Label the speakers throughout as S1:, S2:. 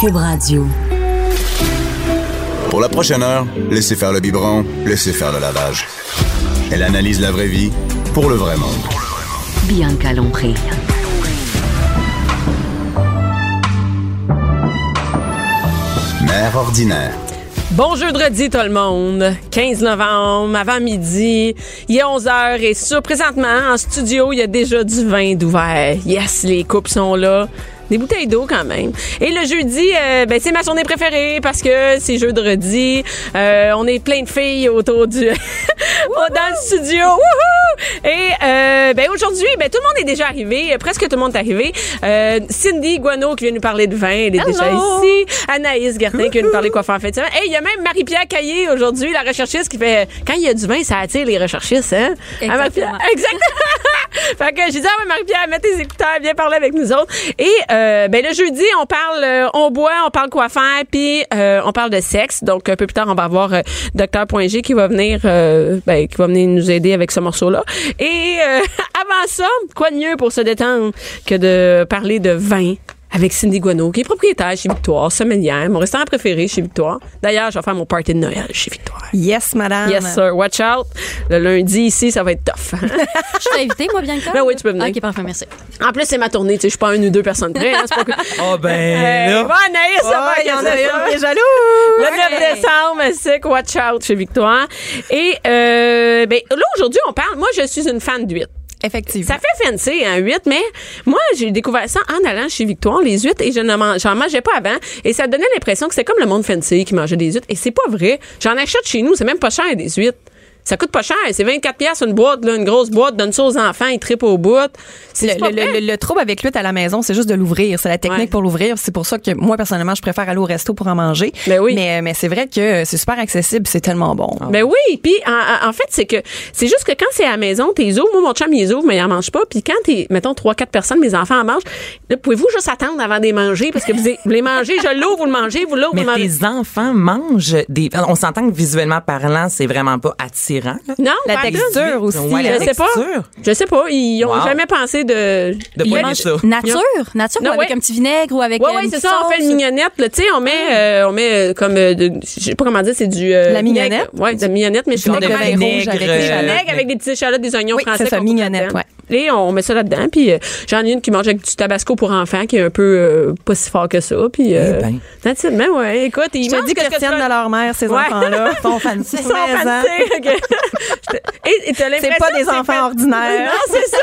S1: Cube Radio.
S2: Pour la prochaine heure, laissez faire le biberon, laissez faire le lavage. Elle analyse la vraie vie pour le vrai monde.
S1: Bianca Lompré.
S2: Mère ordinaire.
S3: Bon jeudi tout le monde. 15 novembre, avant midi. Il est 11h et sur présentement en studio, il y a déjà du vin d'ouvert. Yes, les coupes sont là. Des bouteilles d'eau quand même. Et le jeudi, euh, ben, c'est ma journée préférée parce que c'est jeudi. Euh, on est plein de filles autour du dans le studio. Wouhou! Et euh, ben, aujourd'hui, ben, tout le monde est déjà arrivé. Presque tout le monde est arrivé. Euh, Cindy Guano qui vient nous parler de vin, elle est déjà ici. Anaïs Gertin qui vient nous parler de coiffeur en fait. de semaine. Et il y a même Marie-Pierre Caillé aujourd'hui, la recherchiste qui fait quand il y a du vin, ça attire les recherchistes, hein? Hein, Marie-Pierre?
S4: Exactement.
S3: Exactement. fait que j'ai dit, ah ouais, Marie-Pierre, mets tes écouteurs, viens parler avec nous autres. Et, euh, ben, le jeudi, on parle, euh, on boit, on parle quoi faire, puis euh, on parle de sexe. Donc, un peu plus tard, on va avoir euh, Dr. G qui va venir, euh, ben, qui va venir nous aider avec ce morceau-là. Et, euh, avant ça, quoi de mieux pour se détendre que de parler de vin? Avec Cindy Guano, qui est propriétaire chez Victoire, sommelière, mon restaurant préféré chez Victoire. D'ailleurs, je vais faire mon party de Noël chez Victoire.
S4: Yes, madame.
S3: Yes, sir. Watch out. Le lundi ici, ça va être tough. hein.
S4: Je suis invitée, moi, bien
S3: Ben oui, tu peux venir.
S4: OK, parfait, merci.
S3: en plus, c'est ma tournée. Tu sais, je suis pas une ou deux personnes près. Hein, c'est pas que...
S5: Ah ben
S3: Euh,
S5: là.
S3: va, Anaïs, ça va, il y en a un.
S4: jaloux.
S3: Le 9 décembre, c'est Watch Out chez Victoire. Et euh, ben, là, aujourd'hui, on parle. Moi, je suis une fan d'huîtres.
S4: Effectivement.
S3: Ça fait fancy, hein, 8, mais moi, j'ai découvert ça en allant chez Victoire, les huîtres, et je ne mange, j'en mangeais pas avant. Et ça donnait l'impression que c'était comme le monde fancy qui mangeait des huîtres. Et c'est pas vrai. J'en achète chez nous, c'est même pas cher, des huîtres. Ça coûte pas cher. C'est 24 pièces une boîte, là, une grosse boîte. Donne ça aux enfants, ils trippent au bout. C'est c'est
S4: Le,
S3: pas
S4: le-
S3: vrai.
S4: le- le trouble avec l'huître à la maison, c'est juste de l'ouvrir. C'est la technique
S3: Ouais.
S4: pour l'ouvrir. C'est pour ça que moi, personnellement, je préfère aller au resto pour en manger.
S3: Ben oui.
S4: Mais, mais c'est vrai que c'est super accessible. C'est tellement bon.
S3: Ben oui, puis en, en- en fait, c'est que c'est juste que quand c'est à la maison, t'es ouvres. Moi, mon chum, il les ouvre, mais il en mange pas. Puis quand t'es, mettons, trois, quatre personnes, mes enfants en mangent, là, pouvez-vous juste attendre avant de les manger? Parce que vous, les- vous les mangez, je l'ouvre, vous le mangez, vous l'ouvrez, vous
S5: Mais
S3: le mangez.
S5: les enfants mangent des. On s'entend que visuellement parlant, c'est vraiment pas attirant. là.
S3: Non,
S4: La
S3: pardon.
S4: texture aussi.
S5: Ouais,
S3: Je
S5: la
S3: sais pas.
S5: texture.
S3: Je sais pas. Ils ont
S5: Wow.
S3: jamais pensé de.
S5: De
S3: Ouais,
S5: pas aimer ça.
S6: Nature, nature
S3: Non,
S6: ou avec
S3: ouais.
S6: un petit vinaigre ou avec
S3: Ouais,
S6: euh,
S3: ouais,
S6: une
S3: c'est
S6: petite
S3: ça. On fait une
S6: sauce.
S3: mignonnette, là. Tu sais, on met, euh, on met euh, comme, euh, de- je sais pas comment dire, c'est du. euh,
S4: Mm. La mignonnette?
S3: vinaigre. Ouais, de la mignonnette, mais je sais
S4: Genre
S3: pas
S4: de
S3: comment
S4: vinaigre
S3: les-
S4: rouge avec des
S5: euh,
S3: Des
S4: échalotes.
S3: vinaigres avec des petites échalotes, des oignons
S4: Oui,
S3: français.
S4: c'est ça,
S3: qu'on coupe
S4: mignonnette,
S3: là-dedans. Et on met ça là-dedans. Puis euh, j'en ai une qui mange avec du tabasco pour enfants, qui est un peu euh, pas si fort que ça. Puis. Euh,
S5: Eh ben.
S3: that's it, mais ouais, écoute, ils
S4: Je te
S3: mangent
S4: dis
S3: qu'est-ce
S4: que
S3: que tu
S4: Christiane
S3: veux.
S4: de leur mère, ces
S3: Ouais.
S4: enfants-là, sont fancy. hein.
S3: Ils sont fancy, ok. Et- et t'as l'impression
S4: pas
S3: que
S4: des
S3: c'est
S4: enfants
S3: fait-
S4: ordinaires.
S3: Non, c'est ça.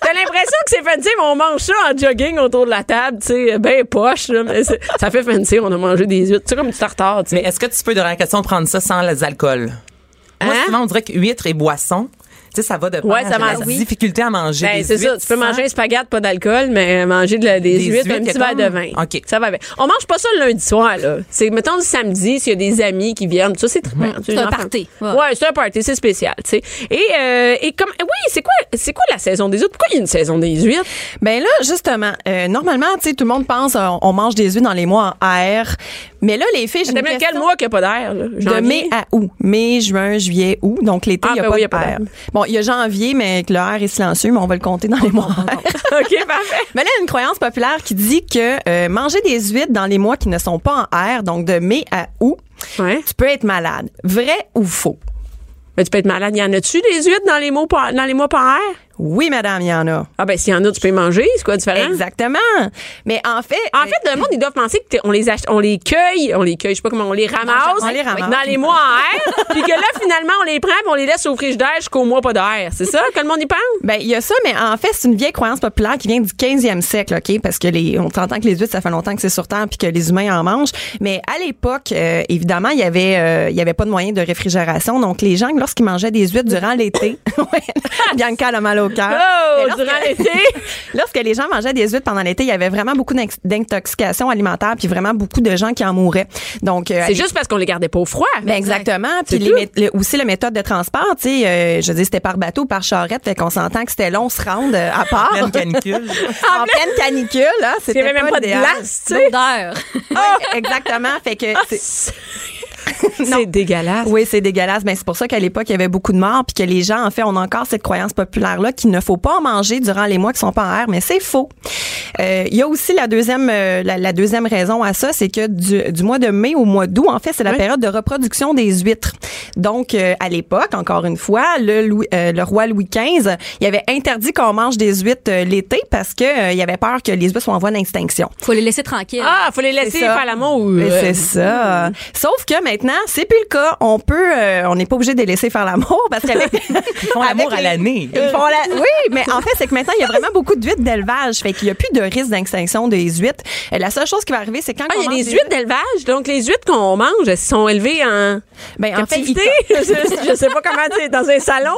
S3: T'as l'impression que c'est fancy, mais on mange ça en jogging autour de la table, tu sais, ben poche. là, mais c'est- ça fait fancy, on a mangé des huîtres. C'est comme du tartare, tu sais.
S5: Mais est-ce que tu peux, de la question, prendre ça sans les alcools? Moi,
S3: Hein?
S5: souvent, on dirait que huîtres et boissons, tu sais, ça va de pair.
S3: Ouais, ça
S5: J'ai
S3: va-
S5: la
S3: oui.
S5: difficulté à manger
S3: Ben,
S5: des
S3: c'est ça.
S5: huîtres
S3: Tu peux
S5: sans-
S3: manger un spaghette, pas d'alcool, mais manger de la- des,
S5: Des
S3: huîtres, un
S5: huîtres,
S3: petit
S5: comme-
S3: verre de vin.
S5: OK.
S3: Ça va bien. On mange pas ça le lundi soir, là. C'est, mettons, le samedi, s'il y a des amis qui viennent, ça, c'est très bien. Tu sais,
S6: un
S3: enfant-
S6: party.
S3: Ouais,
S6: Ouais.
S3: c'est un party, c'est spécial, tu sais. Et, euh, et comme, oui, c'est quoi, c'est quoi la saison des huîtres? Pourquoi il y a une saison des huîtres?
S4: Ben là, justement, euh, normalement, tu sais, tout le monde pense euh, on mange des huiles dans les mois en air. Mais là, les filles, j'ai
S3: T'as
S4: une
S3: bien
S4: question
S3: quel mois qu'il n'y a pas d'air, là?
S4: de
S3: Janvier?
S4: mai à août. Mai, juin, juillet, août. Donc, l'été,
S3: Ah,
S4: il n'y a,
S3: ben
S4: pas
S3: oui, y
S4: de
S3: a pas
S4: air.
S3: d'air.
S4: Bon, il y a janvier, mais que le air est silencieux, mais on va le compter dans
S3: Oh,
S4: les mois en air.
S3: OK, parfait.
S4: Mais là, il y a une croyance populaire qui dit que euh, manger des huîtres dans les mois qui ne sont pas en air, donc de mai à août,
S3: Ouais.
S4: tu peux être malade. Vrai ou faux?
S3: Mais tu peux être malade. Y en a-tu des huîtres dans les mois pas, dans les mois pas air?
S4: Oui, madame, il y en a.
S3: Ah, ben, s'il y en a, tu peux les manger. C'est quoi différent?
S4: Exactement. Mais en fait,
S3: Hein? En
S4: euh,
S3: fait, le monde, ils doivent penser que t'es- on les achète, on les cueille, on les cueille, je sais pas comment, on les ramasse,
S4: On les ramasse.
S3: dans les mois en air, puis que là, finalement, on les prend, puis on les laisse au frigidaire jusqu'au mois pas d'air. C'est ça que le monde y pense?
S4: Ben, il y a ça, mais en fait, c'est une vieille croyance populaire qui vient du 15e siècle, OK? Parce que les, on s'entend que les huîtres, ça fait longtemps que c'est sur Terre puis que les humains en mangent. Mais à l'époque, euh, évidemment, il y avait, euh, il y avait pas de moyen de réfrigération. Donc, les gens, lorsqu'ils mangeaient des huîtres durant l'été, Ouais, Bianca elle a mal au cœur.
S3: Oh,
S4: Mais lorsque-
S3: durant l'été.
S4: Lorsque les gens mangeaient des huîtres pendant l'été, il y avait vraiment beaucoup d'inc- d'intoxication alimentaire puis vraiment beaucoup de gens qui en mouraient. Donc, euh,
S3: C'est juste parce qu'on les gardait pas au froid.
S4: ben exactement.
S3: C'est
S4: Puis les
S3: tout.
S4: mé- le- aussi la méthode de transport, tu sais, euh, je dis c'était par bateau, par charrette, fait qu'on s'entend que c'était long se rendre euh, à part.
S5: Pleine canicule.
S4: en pleine canicule, hein,
S3: Il y
S4: c'était
S3: avait même
S4: pas
S3: pas de
S4: idéal.
S3: glace, tu sais.
S6: L'odeur.
S3: Ah,
S4: Ouais, exactement. Fait que c'est-
S3: C'est
S4: Non.
S3: C'est dégueulasse.
S4: Oui, c'est dégueulasse. Ben, c'est pour ça qu'à l'époque, il y avait beaucoup de morts, puis que les gens, en fait, ont encore cette croyance populaire-là qu'il ne faut pas en manger durant les mois qui sont pas en air, mais c'est faux. Euh, Il y a aussi la deuxième, euh, la, la deuxième raison à ça, c'est que du, du mois de mai au mois d'août, en fait, c'est la période de reproduction des huîtres. Donc, euh, à l'époque, encore une fois, le, Louis- euh, le roi Louis XV, il avait interdit qu'on mange des huîtres euh, l'été parce que euh, il avait peur que les huîtres soient en voie d'extinction.
S6: Faut les laisser tranquilles.
S3: Ah, faut les laisser
S4: C'est ça.
S3: faire l'amour.
S4: Mais C'est ça. Sauf que maintenant, c'est plus le cas. On peut, euh, on n'est pas obligé de les laisser faire l'amour parce qu'avec ils
S5: font l'amour à l'année.
S4: Ils font la- Oui, mais en fait, c'est que maintenant il y a vraiment beaucoup d'huîtres d'élevage, fait qu'il n'y a plus de risque d'extinction des huîtres. Euh, La seule chose qui va arriver, c'est quand
S3: Ah,
S4: on
S3: il y a
S4: mange
S3: des huîtres d'élevage. Donc, les huîtres qu'on mange, elles sont élevées en
S4: Ben, en fait,
S3: captivité.
S4: ils-
S3: je, je sais pas comment, tu sais, dans un salon.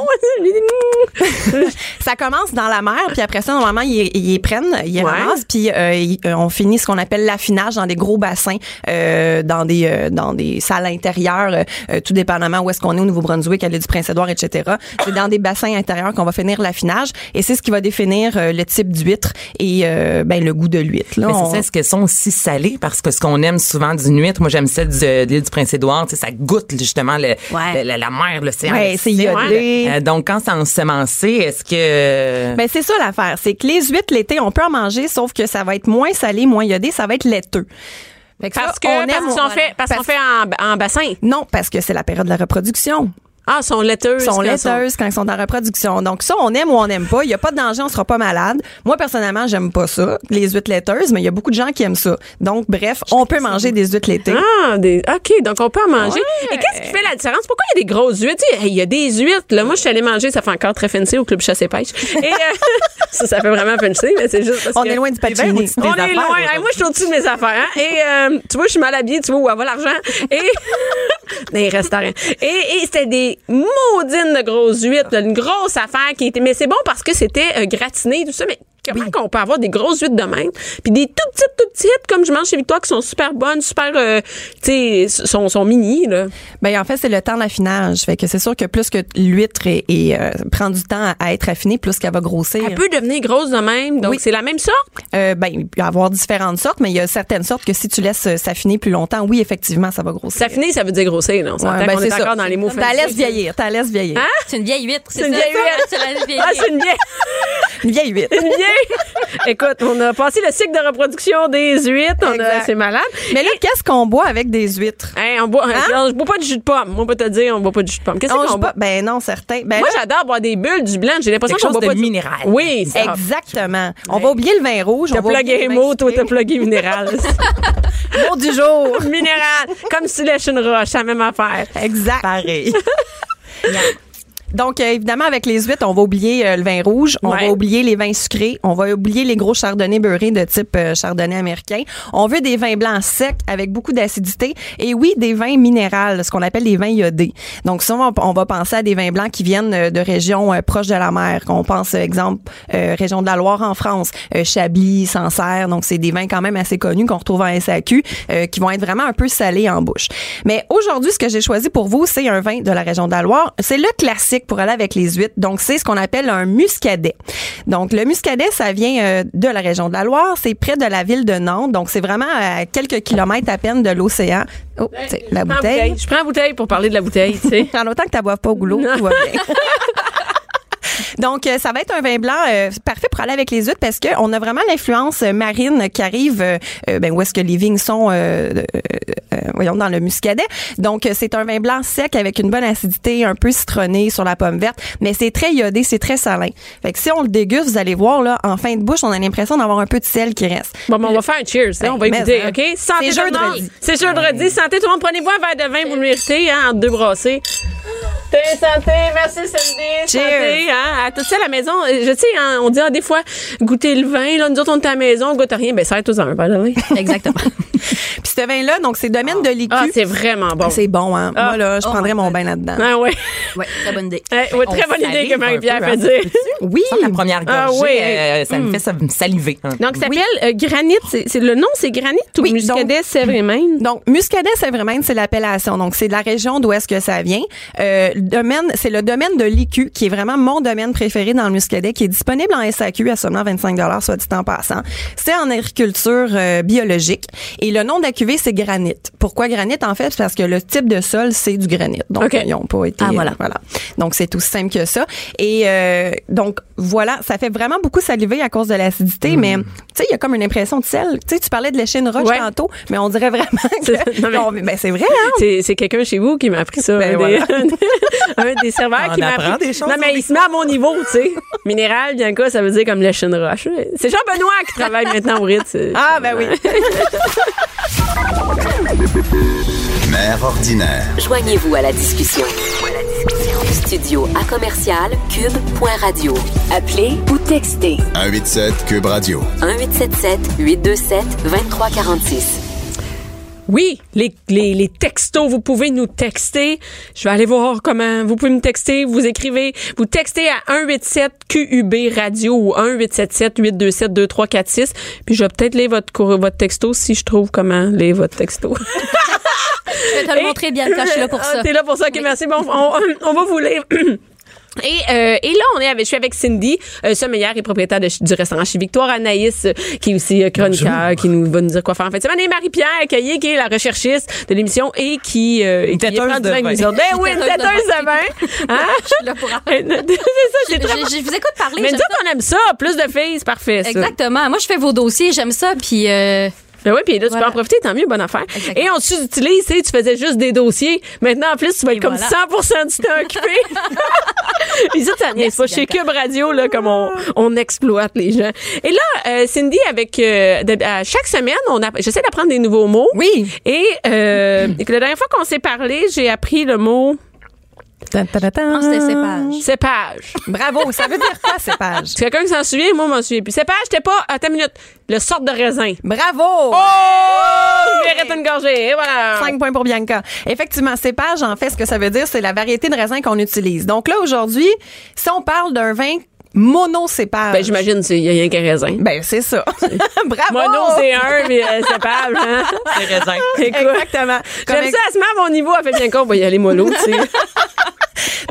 S4: ça commence dans la mer, puis après ça, normalement, ils, ils les prennent, ils les
S3: Ouais.
S4: ramassent, puis euh, ils- euh, on finit ce qu'on appelle l'affinage dans des gros bassins, euh, dans des euh, dans des salles intérieures, euh, euh, tout dépendamment où est-ce qu'on est au Nouveau-Brunswick, à l'île du Prince-Édouard, etc. C'est dans des bassins intérieurs qu'on va finir l'affinage, et c'est ce qui va définir euh, le type d'huître et euh, ben le goût de l'huître. là.
S5: Mais
S4: On-
S5: c'est ça, est-ce qu'elles sont aussi salées? Parce que ce qu'on aime souvent d'une huître, moi j'aime celle du- de l'île du Prince-Édouard, tu sais, ça goûte justement le,
S6: Ouais.
S5: le- la mer, l'océan.
S4: Ouais,
S5: le
S4: c'est
S5: ciel.
S4: iodé.
S5: Euh, donc quand c'est ensemencé, est-ce que...
S4: Ben c'est ça l'affaire, c'est que les huîtres l'été, on peut en manger, sauf que ça va être moins salé, moins iodé, ça va être laiteux. Fait que
S3: Parce
S4: ça,
S3: que,
S4: on
S3: parce
S4: aime-
S3: qu'on fait, parce qu'on fait en, en bassin.
S4: Non, parce que c'est la période de la reproduction.
S3: Ah, elles sont laiteuses.
S4: sont
S3: quand elles
S4: laiteuses quand ils sont en reproduction. Donc ça, on aime ou on n'aime pas. Il n'y a pas de danger, on sera pas malade. Moi, personnellement, j'aime pas ça, les huîtres laiteuses, mais il y a beaucoup de gens qui aiment ça. Donc, bref, on peut manger des huîtres l'été.
S3: Ah, des, OK, donc on peut en manger. Et qu'est-ce qui fait la différence? Pourquoi il y a des grosses huîtres? Tu sais, hey, Il y a des huîtres. Là, moi, je suis allée manger, ça fait encore très fancy au Club Chasse et Pêche. Et euh, ça, ça fait vraiment fancy, mais c'est juste parce
S4: On
S3: que-
S4: est loin du
S5: verres
S4: patchini.
S5: au-dessus des
S3: On est
S5: affaires,
S3: loin. Hey, moi, je suis au-dessus de mes affaires. hein. Et euh, tu vois, je suis mal habillée. Tu vois où elle va l'argent. Et des restaurants. Et, et c'était des maudines de grosses huîtres, là, une grosse affaire qui était. Mais c'est bon parce que c'était euh, gratiné tout ça. Mais comment qu'on peut avoir des grosses huîtres de même, puis des tout petites, tout petites comme je mange chez Victoire qui sont super bonnes, super, euh, tu sais, sont, sont mini là.
S4: Ben en fait, c'est le temps d'affinage. Fait que c'est sûr que plus que l'huître est- est, euh, prend du temps à- à être affinée, plus qu'elle va grossir.
S3: Elle peut devenir grosse de même. Donc c'est la même sorte.
S4: Euh, ben, il peut y avoir différentes sortes, mais il y a certaines sortes que si tu laisses euh, s'affiner plus longtemps, oui, effectivement, ça va grossir.
S3: S'affiner, ça veut dire grossir. Là. On s'entend
S4: Ouais, ben,
S3: qu'on
S4: c'est
S3: est,
S4: ça.
S3: encore dans les mots.
S4: T'as
S3: fancy.
S4: laisse vieillir, t'as laisse vieillir.
S3: Hein?
S6: C'est une vieille huître, c'est
S3: C'est une
S6: ça?
S3: vieille huître.
S6: C'est la vieille
S3: Ah,
S6: huître.
S3: c'est une vieille.
S4: Une vieille huître.
S3: Une vieille. Écoute, on a passé le cycle de reproduction des huîtres. On a,
S4: Exact.
S3: c'est malade.
S4: Mais là, qu'est-ce qu'on boit avec des huîtres?
S3: Hey, on boit,
S4: Hein?
S3: on- je bois pas de jus de pomme. Moi, on peut te dire, on boit pas de jus de pomme. Qu'est-ce
S4: On
S3: qu'on
S4: joue
S3: boit?
S4: pas- Ben non, certains. Ben
S3: Moi,
S4: là,
S3: j'adore boire des bulles, du blanc. J'ai l'impression
S5: Quelque
S3: qu'on
S5: chose
S3: boit
S5: de
S3: pas de
S5: minéral.
S3: Oui, ça.
S4: Exactement. On va oublier le vin rouge.
S3: T'as
S4: on va oublier
S3: plugué
S4: le vin
S3: mot, toi, t'as
S4: sucré.
S3: plugué minéral.
S4: Mot du jour.
S3: minéral. Comme si lèches une roche, c'est la même affaire.
S4: Exact.
S5: Pareil.
S4: Donc, euh, évidemment, avec les huîtres, on va oublier euh, le vin rouge, on
S3: Ouais.
S4: va oublier les vins sucrés, on va oublier les gros chardonnays beurrés de type euh, chardonnay américain. On veut des vins blancs secs avec beaucoup d'acidité et oui, des vins minérales, ce qu'on appelle des vins iodés. Donc, souvent, on- on va penser à des vins blancs qui viennent euh, de régions euh, proches de la mer. On pense, euh, exemple, euh, région de la Loire en France, euh, Chablis, Sancerre. Donc, c'est des vins quand même assez connus qu'on retrouve en SAQ euh, qui vont être vraiment un peu salés en bouche. Mais aujourd'hui, ce que j'ai choisi pour vous, c'est un vin de la région de la Loire. C'est le classique pour aller avec les huîtres. Donc, c'est ce qu'on appelle un muscadet. Donc, le muscadet, ça vient euh, de la région de la Loire. C'est près de la ville de Nantes. Donc, c'est vraiment à quelques kilomètres à peine de l'océan. Oh, c'est la
S3: Je prends
S4: bouteille.
S3: Je prends la bouteille pour parler de la bouteille, tu sais.
S4: En autant que tu boives pas au goulot, tout va bien. Donc, euh, ça va être un vin blanc euh, parfait pour aller avec les huîtres parce qu'on a vraiment l'influence euh, marine qui arrive euh, euh, ben, où est-ce que les vignes sont, euh, euh, euh, voyons, dans le muscadet. Donc, euh, c'est un vin blanc sec avec une bonne acidité, un peu citronné sur la pomme verte, mais c'est très iodé, c'est très salin. Fait que si on le déguste, vous allez voir, là, en fin de bouche, on a l'impression d'avoir un peu de sel qui reste.
S3: Bon, ben, on va faire un cheers. hein, on va
S4: Mais,
S3: écouter,
S4: hein.
S3: OK? Santé
S4: C'est
S3: tout le
S4: jeudi.
S3: monde. C'est jeudi. Santé tout le monde. Prenez-vous un verre de vin, vous le méritez, hein, entre deux brassées. Santé, santé. Merci, Cindy.
S4: Cheers.
S3: Santé, hein, à toutes celles à la maison. Euh, Je sais, hein, on dit ah, des fois, goûter le vin. Là, nous autres, on est à la maison, on goûte rien. Ben, serre-toi un verre de vin.
S6: Exactement.
S4: Puis ce vin-là, donc, c'est domaine de l'écu.
S3: Ah, c'est vraiment bon.
S4: c'est bon, hein?
S3: Ah.
S4: Moi, là, je
S6: Oh
S4: prendrais
S6: my
S4: mon
S6: God.
S4: bain là-dedans.
S3: Ah, ouais.
S6: Ouais, très bonne idée.
S3: Eh, ouais, très
S5: On
S3: bonne idée que
S5: salive
S3: Marie-Pierre
S5: un
S3: fait
S5: peu, hein,
S3: dire.
S4: Oui!
S5: Ça, la première gorgée,
S3: Ah oui. Hmm.
S5: euh, ça me fait ça me saliver. hein.
S3: Donc, ça s'appelle euh, Granit. C'est, c'est- le nom, c'est Granit ou
S4: Oui,
S3: Muscadet Sèvres et Maine?
S6: Hum.
S4: Donc, Muscadet, c'est vraiment c'est l'appellation. Donc, c'est de la région d'où est-ce que ça vient. Euh, le domaine, c'est le domaine de l'IQ qui est vraiment mon domaine préféré dans le Muscadet, qui est disponible en SAQ à seulement 25 soit dit en passant. C'est en agriculture euh, biologique et le nom de la cuvée, c'est granit. Pourquoi granit, en fait? C'est parce que le type de sol, c'est du granit. Donc,
S3: OK.
S4: ils n'ont pas été.
S6: Ah, voilà.
S4: euh, Donc, c'est aussi simple que ça. Et euh, donc, voilà, ça fait vraiment beaucoup saliver à cause de l'acidité, mais tu sais, il y a comme une impression de sel. Tu sais, tu parlais de l'échine roche
S3: Mm. Ouais.
S4: tantôt, mais on dirait vraiment que.
S3: Non, mais-
S4: Non, mais- ben, c'est vrai, hein?
S3: C'est, c'est quelqu'un chez vous qui m'a appris ça.
S4: Ben
S3: un,
S4: voilà.
S3: des, un des serveurs
S5: On
S3: qui m'a
S5: apprend
S3: appris.
S5: des choses
S3: non,
S5: au
S3: mais il se met à mon niveau, tu sais. Minéral, bien quoi, ça veut dire comme le chine roche. C'est Jean-Benoît qui travaille maintenant au Ritz.
S4: Ah, ben oui.
S2: Mère ordinaire.
S1: Joignez-vous à la discussion. Studio à commercial cube.radio. Appelez ou textez
S2: 187 Cube Radio.
S1: 1877 827 2346.
S3: Oui, les, les, les textos, vous pouvez nous texter. Je vais aller voir comment. Vous pouvez me texter, vous écrivez, vous textez à 187-QUB Radio ou 1877-827-2346. Puis je vais peut-être lire votre, cour- votre texto si je trouve comment lire votre texto.
S6: Je vais te le montrer, bien je suis là pour
S3: Eh, Ah,
S6: ça.
S3: T'es là pour ça, ok, merci. Bon, on, on va vous lire. Et, euh, et là, on est avec, je suis avec Cindy euh, Sommeillère et propriétaire de- du restaurant chez Victoire, Anaïs, euh, qui est aussi euh, chroniqueur, qui nous va nous dire quoi faire en fait. C'est et Marie-Pierre Caillé, qui est la recherchiste de l'émission et qui, euh, qui est
S5: Têteuse
S3: prendre du
S5: de
S3: vin avec
S5: vin.
S3: nous autres. Ben oui, une
S6: Têteuse de
S3: têteuse de
S6: vin.
S3: vin. Hein?
S6: Je suis là pour
S3: C'est ça, j'ai
S6: Je,
S3: très...
S6: je vous écoute parler.
S3: Mais nous
S6: j'aime
S3: autres, on aime ça. Plus de filles, c'est parfait,
S6: ça.
S3: ça.
S6: Exactement. Moi, je fais vos dossiers, j'aime ça, puis euh,
S3: Ben oui, puis là, tu
S6: Voilà.
S3: peux en profiter, tant mieux, bonne affaire.
S6: Exactement.
S3: Et on s'utilise, tu sais, tu faisais juste des dossiers. Maintenant, en plus, tu vas être
S6: Et
S3: comme
S6: voilà.
S3: 100 du temps occupé. Ils autres, ça n'est
S6: Merci,
S3: pas chez
S6: Bianca.
S3: Cube Radio, là, comme on, on exploite les gens. Et là, euh, Cindy, avec euh, d'hab- à chaque semaine, on app- j'essaie d'apprendre des nouveaux mots.
S4: Oui.
S3: Et euh, et que la dernière fois qu'on s'est parlé, j'ai appris le mot
S6: on se
S3: Hum.
S6: sépare.
S3: cépage.
S4: Bravo, ça veut dire quoi, cépage?
S3: C'est quelqu'un qui s'en souvient, moi, je m'en souviens. Puis cépage, c'était pas, attends une minute, le sort de raisin.
S4: Bravo!
S3: Oh! Je
S6: Oh!
S3: vais arrêter une gorgée, et voilà.
S4: 5 points pour Bianca. Effectivement, cépage, en fait, ce que ça veut dire, c'est la variété de raisin qu'on utilise. Donc là, aujourd'hui, si on parle d'un vin monocépage.
S3: Ben, j'imagine, c'est- il y a rien qu'un raisin.
S4: Ben, c'est ça. Bravo!
S3: Mono, Ah, c'est un, mais euh, c'est pas grave, hein?
S5: C'est raisin.
S3: Écoute,
S4: Exactement. Comme
S3: J'aime
S4: ex-
S3: ça, elle se met à mon niveau, elle fait bien qu'on va y aller mollo, tu sais.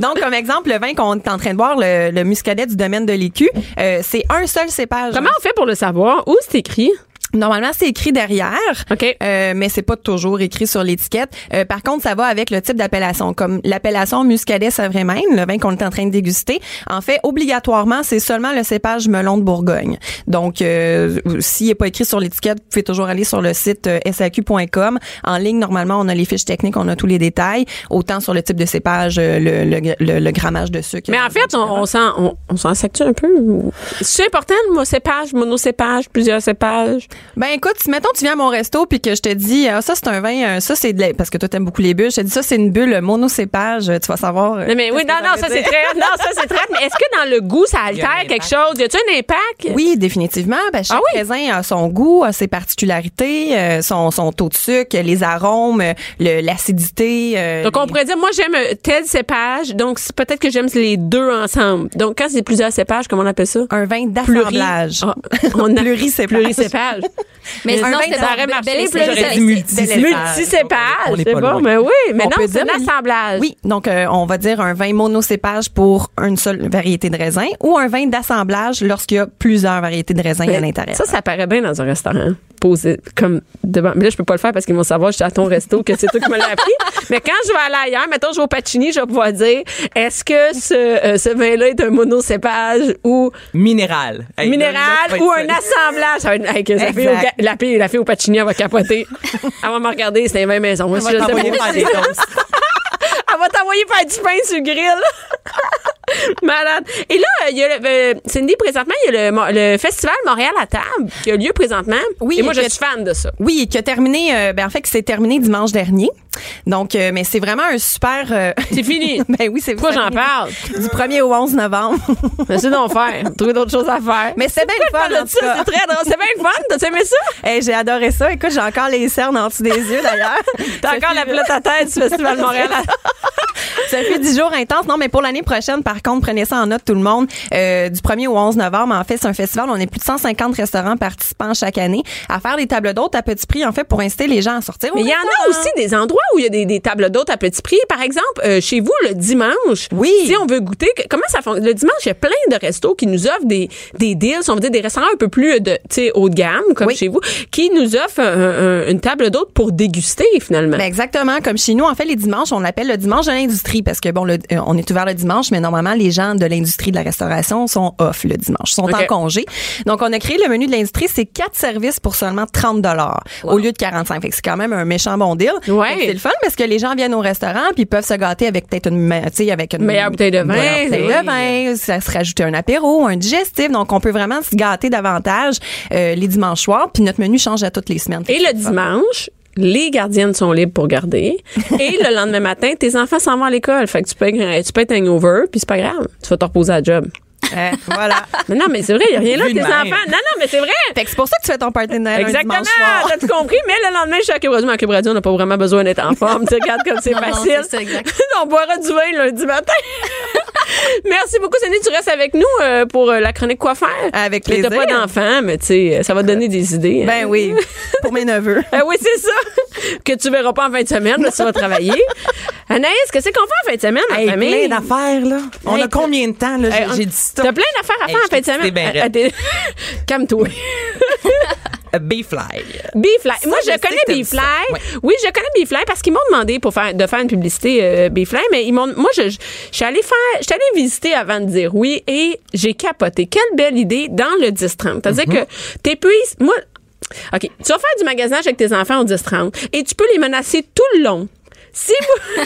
S4: Donc, comme exemple, le vin qu'on est en train de boire, le, le muscadet du domaine de l'écu, euh, c'est un seul cépage.
S3: Comment on fait pour le savoir? Où c'est écrit?
S4: Normalement, c'est écrit derrière.
S3: OK.
S4: Euh, mais c'est pas toujours écrit sur l'étiquette. Euh, par contre, ça va avec le type d'appellation. Comme l'appellation Muscadet Savremaine, le vin qu'on est en train de déguster, en fait, obligatoirement, c'est seulement le cépage melon de Bourgogne. Donc, euh, s'il n'est pas écrit sur l'étiquette, vous pouvez toujours aller sur le site euh, saq.com. En ligne, normalement, on a les fiches techniques, on a tous les détails, autant sur le type de cépage, euh, le, le- le- le grammage de sucre.
S3: Mais en fait, on, on s'en, on, on s'en sactue un peu. ou- C'est important, le mot cépage, monocépage, plusieurs cépages.
S4: Ben écoute, si, mettons tu viens à mon resto puis que je te dis ah, ça c'est un vin, euh, ça c'est de la- parce que toi t'aimes beaucoup les bulles, je te dis ça c'est une bulle monocépage, euh, tu vas savoir. euh,
S3: Non, mais oui,
S4: qu'est-ce
S3: non,
S4: que
S3: non,
S4: veut
S3: ça,
S4: dire.
S3: c'est très, non, ça, c'est très, mais est-ce que dans le goût, ça
S5: Il y a un
S3: altère quelque
S5: impact.
S3: chose? Y a-tu un impact?
S4: Oui, définitivement. Ben, chaque
S3: Ah oui?
S4: raisin a son goût, a ses particularités, euh, son, son taux de sucre, les arômes, euh, le- l'acidité. euh,
S3: Donc, on
S4: les-
S3: pourrait dire, moi, j'aime euh, tel cépage, donc c'est peut-être que j'aime les deux ensemble. Donc, quand c'est plusieurs cépages, comment on appelle ça?
S4: un vin
S3: Pluri-
S4: d'assemblage.
S3: Ah, on a-
S4: Pluricépage.
S3: Pluricépage.
S6: Mais
S3: Un
S6: sinon,
S3: vin,
S6: c'est
S3: ça
S6: bon.
S3: aurait marché.
S6: Bel et
S3: C'est-
S6: plein de
S5: j'aurais dit
S6: sel-
S5: multi-
S6: sel-
S4: multi-
S5: On
S3: Multicépage,
S5: est
S3: c'est
S5: pas
S3: bon,
S5: loin.
S3: mais oui, mais
S4: On
S3: non,
S4: peut
S3: c'est
S4: dire
S3: un
S4: li-
S3: assemblage.
S4: Oui, donc euh, on va dire un vin monocépage pour une seule variété de raisin ou un vin d'assemblage lorsqu'il y a plusieurs variétés de raisin à l'intérieur.
S3: Euh, Ça, ça paraît bien dans un restaurant. Posé, comme devant. Mais là, je peux pas le faire parce qu'ils vont savoir que je suis à ton resto, que c'est toi qui me l'as appris. mais quand je vais aller ailleurs, mettons, je vais au Pacini, je vais pouvoir dire est-ce que ce, euh, ce vin-là est un monocépage ou
S5: Minéral. Hey, là,
S3: minéral
S5: là, tu vas
S3: ou
S5: être
S3: un
S5: solide.
S3: assemblage? Ça va être- hey, que la, fille au,
S4: Exact.
S3: ga- la, fille, la fille au Pacini, elle va capoter. elle va me regarder, c'est un vin maison. Moi,
S5: On
S3: si
S5: va
S3: je sais
S5: t'envoyer
S3: pas.
S5: faire des toasts.
S3: Elle va t'envoyer faire du pain sur le grill. Malade. Et là, euh, il y a le, euh, Cindy, présentement, il y a le, mo- le Festival Montréal à table qui a lieu présentement.
S4: Oui,
S3: Et moi,
S4: et
S3: je
S4: que-
S3: suis fan de ça.
S4: Oui, qui a terminé, euh, ben, en fait, qui s'est terminé dimanche dernier. Donc, euh, mais c'est vraiment un super. euh,
S3: C'est fini.
S4: ben oui, c'est
S3: Pourquoi
S4: ça.
S3: j'en parle?
S4: Du 1er au 11 novembre.
S3: Mais c'est d'en faire. Trouver d'autres choses à faire.
S4: mais c'est bien le
S3: Parle
S4: fun, en
S3: de
S4: tout
S3: ça,
S4: cas.
S3: c'est très drôle. C'est bien le fun. T'as aimé ça?
S4: Hey, j'ai adoré ça. Écoute, j'ai encore les cernes en dessous des yeux, d'ailleurs.
S3: T'as encore la pelote à tête du Festival Montréal à
S4: Ça fait 10 jours intenses. Non, mais pour l'année prochaine, par contre, prenez ça en note, tout le monde. Euh, du 1er au 11 novembre, en fait, c'est un festival. On est plus de 150 restaurants participants chaque année à faire des tables d'hôtes à petit prix, en fait, pour inciter les gens à sortir. au
S3: Mais il y en
S4: restaurant.
S3: a aussi des endroits où il y a des, des tables d'hôtes à petit prix. Par exemple, euh, chez vous, le dimanche,
S4: Oui.
S3: si on veut goûter, que- comment ça fonctionne? Le dimanche, il y a plein de restos qui nous offrent des, des deals, on veut dire des restaurants un peu plus euh, de, tu sais, haut de gamme, comme
S4: Oui.
S3: chez vous, qui nous offrent un- un- une table d'hôtes pour déguster, finalement.
S4: Ben exactement, comme chez nous, en fait, les dimanches, on l'appelle le dimanche de l'industrie parce que bon, le- euh, on est ouvert le dimanche, mais normalement, les gens de l'industrie de la restauration sont off le dimanche, sont
S3: Ok.
S4: en congé. Donc, on a créé le menu de l'industrie, c'est quatre services pour seulement 30 dollars au lieu de 45. Fait que c'est quand même un méchant bon deal.
S3: Ouais.
S4: Fait que C'est le fun parce que les gens viennent au restaurant puis ils peuvent se gâter avec peut-être une, ma- tu sais, avec une
S3: Meilleure bouteille de vin,
S4: Meilleure bouteille
S3: oui.
S4: de vin, vin, ça se rajoutait un apéro, un digestif. Donc, on peut vraiment se gâter davantage euh, les dimanches soirs. Puis notre menu change à toutes les semaines.
S3: Et le dimanche, les gardiennes sont libres pour garder. et le lendemain matin, tes enfants s'en vont à l'école. Fait que tu peux, être- tu peux être hangover, puis c'est pas grave. Tu vas te reposer à la job.
S4: Euh, voilà.
S3: Mais non, mais c'est vrai, il n'y a rien là,
S5: Vu de
S3: tes
S5: même.
S3: enfants. Non, non, mais c'est vrai.
S4: Fait que c'est pour ça que tu fais ton party de Noël un
S3: Exactement,
S4: dimanche soir.
S3: t'as tout compris, mais le lendemain, je suis à Cube Radio, mais à Cube Radio, on n'a pas vraiment besoin d'être en forme. Tu regardes comme c'est
S6: Non, non,
S3: facile.
S6: c'est ça, exact.
S3: on boira du vin lundi matin. Merci beaucoup, Sandy. Tu restes avec nous euh, pour euh, la chronique quoi faire.
S4: Avec
S3: Mais T'as
S4: plaisir.
S3: pas d'enfant, mais tu sais, euh, ça va te donner des idées.
S4: Ben oui, pour mes neveux.
S3: Euh, oui, c'est ça. que tu verras pas en fin de semaine, mais tu vas travailler. Anaïs, qu'est-ce qu'on fait en fin de semaine, en
S5: Hey,
S3: famille?
S5: plein d'affaires, là. On
S3: Hey,
S5: a combien de temps, là? J'ai-
S3: Hey, on-
S5: J'ai dit ça.
S3: T'as plein d'affaires à
S5: Hey,
S3: faire en
S5: je
S3: fin de
S5: t'ai
S3: semaine.
S5: excité ben raide.
S3: Ah, t'es- Calme-toi.
S5: B-Fly.
S3: Bfly. Moi, je
S5: je sais que
S3: connais
S5: t'aimes
S3: Bfly.
S5: ça. Ouais.
S3: Oui, je connais Bfly parce qu'ils m'ont demandé pour faire, de faire une publicité euh, Bfly, mais ils m'ont, moi, je, je, je suis allée faire, je suis allée visiter avant de dire oui et j'ai capoté. Quelle belle idée dans le 10-30. C'est-à-dire
S5: Mm-hmm.
S3: que t'épuises, moi, OK, tu vas faire du magasinage avec tes enfants au 10-30 et tu peux les menacer tout le long. Si vous.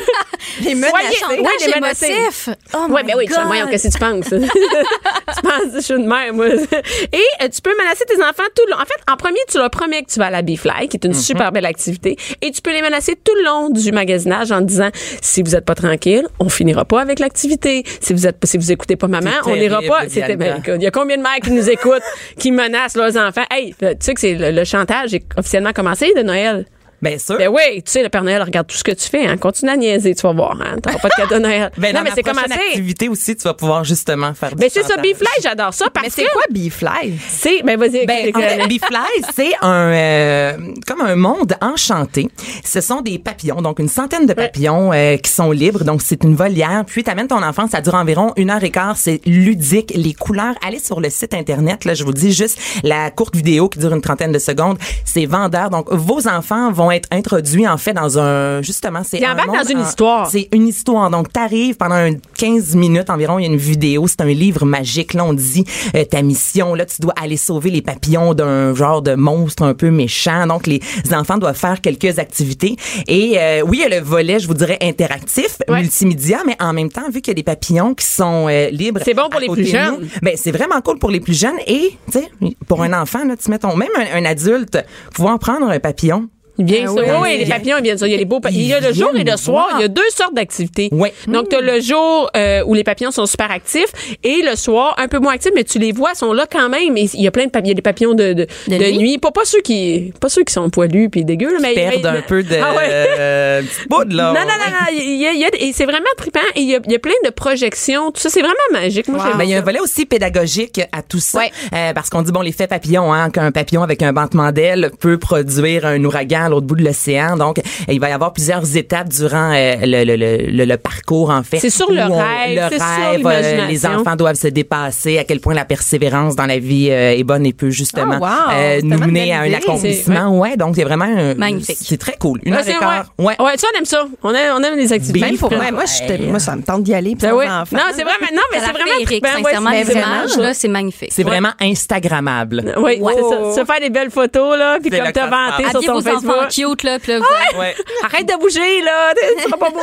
S3: Soyez-
S4: Les menacés.
S3: oui, les
S6: Chantage
S3: menacés.
S6: émotif. Oh
S3: ouais,
S6: my
S3: ben oui,
S6: God.
S3: voyons, qu'est-ce que tu penses? tu penses que je suis une mère, moi. Et euh, tu peux menacer tes enfants tout le long. En fait, en premier, tu leur promets que tu vas à la B-Fly, qui est une
S5: Mhm.
S3: super belle activité, et tu peux les menacer tout le long du magasinage en disant, si vous êtes pas tranquille, on finira pas avec l'activité. Si vous êtes, si vous écoutez pas maman,
S5: C'est
S3: on n'ira
S5: terrible,
S3: pas. C'était,
S5: Bianca.
S3: ben, écoute, il y a combien de mères qui nous écoutent, qui menacent leurs enfants? Hey, le- tu sais que c'est le, le chantage est officiellement commencé de Noël.
S5: Bien sûr.
S3: Ben oui, tu sais, le Père Noël regarde tout ce que tu fais. Hein. Continue à niaiser, tu vas voir. Hein. T'auras pas de cadeau de Noël.
S5: Ben,
S3: non,
S5: dans
S3: mais
S5: la
S3: c'est
S5: prochaine
S3: commencé.
S5: activité aussi, tu vas pouvoir justement faire du
S3: Ben c'est ça,
S5: chantage.
S3: B-Fly, j'adore ça parce
S4: Mais c'est
S3: que
S4: quoi B-Fly?
S3: c'est ben vas-y
S5: Ben, en
S3: explique-le.
S5: fait, Bee-Fly, c'est un euh, comme un monde enchanté. Ce sont des papillons, donc une centaine de papillons euh, qui sont libres. Donc c'est une volière. Puis t'amènes ton enfant, ça dure environ une heure et quart. C'est ludique, les couleurs. Allez sur le site internet. Là, je vous dis juste la courte vidéo qui dure une trentaine de secondes. C'est vendeur. Donc vos enfants vont être introduits en fait dans un justement c'est
S3: Ils
S5: un
S3: embarquent
S5: monde
S3: dans une
S5: en-
S3: histoire.
S5: C'est une histoire. Donc, t'arrives pendant un 15 minutes environ, il y a une vidéo, c'est un livre magique. Là, on te dit euh, ta mission. Là, tu dois aller sauver les papillons d'un genre de monstre un peu méchant. Donc, les enfants doivent faire quelques activités. Et euh, oui, il y a le volet, je vous dirais, interactif,
S3: Ouais.
S5: multimédia, mais en même temps, vu qu'il y a des papillons qui sont euh, libres.
S3: C'est bon pour
S5: à
S3: les
S5: côté
S3: plus
S5: de
S3: jeunes.
S5: nous, ben, c'est vraiment cool pour les plus jeunes. Et, tu sais, pour un enfant, là, tu mets ton, même un, un adulte, pouvoir prendre un papillon,
S3: Bien
S5: Ah
S3: sûr.
S5: oui.
S3: Oui, oui, les papillons, ils viennent ça. Il y a les beaux papillons. Il y a le
S5: Ils
S3: jour et
S5: viennent
S3: le soir.
S5: voir.
S3: Il y a deux sortes d'activités.
S5: Oui.
S3: Donc, tu as le jour euh, où les papillons sont super actifs et le soir, un peu moins actifs, mais tu les vois, ils sont là quand même. Et il y a plein de papillons, il y a des papillons de, de, de nuit.
S6: nuit.
S3: Pas, pas, ceux qui, pas ceux qui sont poilus puis dégueux, là, mais.
S5: perdre
S3: mais-
S5: un peu de
S3: Ah ouais.
S5: euh, petite poudre, là.
S3: Non, non, non, non. Il y a- il y a- et c'est vraiment trippant. Et il y a, il y a plein de projections. Tout ça, c'est vraiment magique. Moi, j'aime
S5: Ben, il y a un
S3: ça.
S5: volet aussi pédagogique à tout ça.
S6: Ouais.
S5: Euh, parce qu'on dit, bon, l'effet papillon, hein, qu'un papillon avec un battement d'aile peut produire un ouragan à l'autre bout de l'océan. Donc, il va y avoir plusieurs étapes durant euh, le, le- le- le- le parcours, en fait.
S3: C'est sur le
S5: Où on-
S3: rêve,
S5: le
S3: c'est sur
S5: rêve, euh,
S3: l'imagination.
S5: les enfants doivent se dépasser, à quel point la persévérance dans la vie euh, est bonne et peut justement euh,
S4: Ah, wow, c'est
S5: nous
S4: tellement une
S5: mener à un
S4: belle idée.
S5: accomplissement. Ouais. donc il y a vraiment un-
S6: Magnifique.
S5: C'est très cool. Une
S3: Ouais,
S5: heure
S3: Ah,
S5: et
S3: c'est- Oh,
S5: quart.
S3: ouais.
S5: Ouais.
S3: Ouais, ça, on aime ça. On aime, on aime les activités.
S5: Bien
S4: Pour
S5: Ouais.
S4: moi, moi, j'étais- moi, ça me tente d'y aller. puis
S3: Ben
S4: sans
S3: oui.
S4: enfant.
S3: Non, c'est vraiment, non, mais
S6: Ça
S3: c'est
S6: l'a
S3: vraiment
S6: fait, Eric,
S3: trippant. Ouais,
S6: sincèrement,
S3: c'est-
S6: les
S4: vraiment,
S6: images,
S4: là.
S6: là, c'est magnifique.
S5: C'est vraiment Instagrammable.
S3: Oui,
S4: Ouais.
S3: c'est ça. Se faire des belles photos, là, puis
S5: C'est
S3: comme
S5: le
S3: t'as
S5: classement.
S3: vanté sur
S6: Habillez
S3: ton
S6: vos enfants
S3: Facebook.
S6: cute, là, puis là, vous allez-
S5: Ouais.
S3: Arrête de bouger, là. Tu seras pas beau.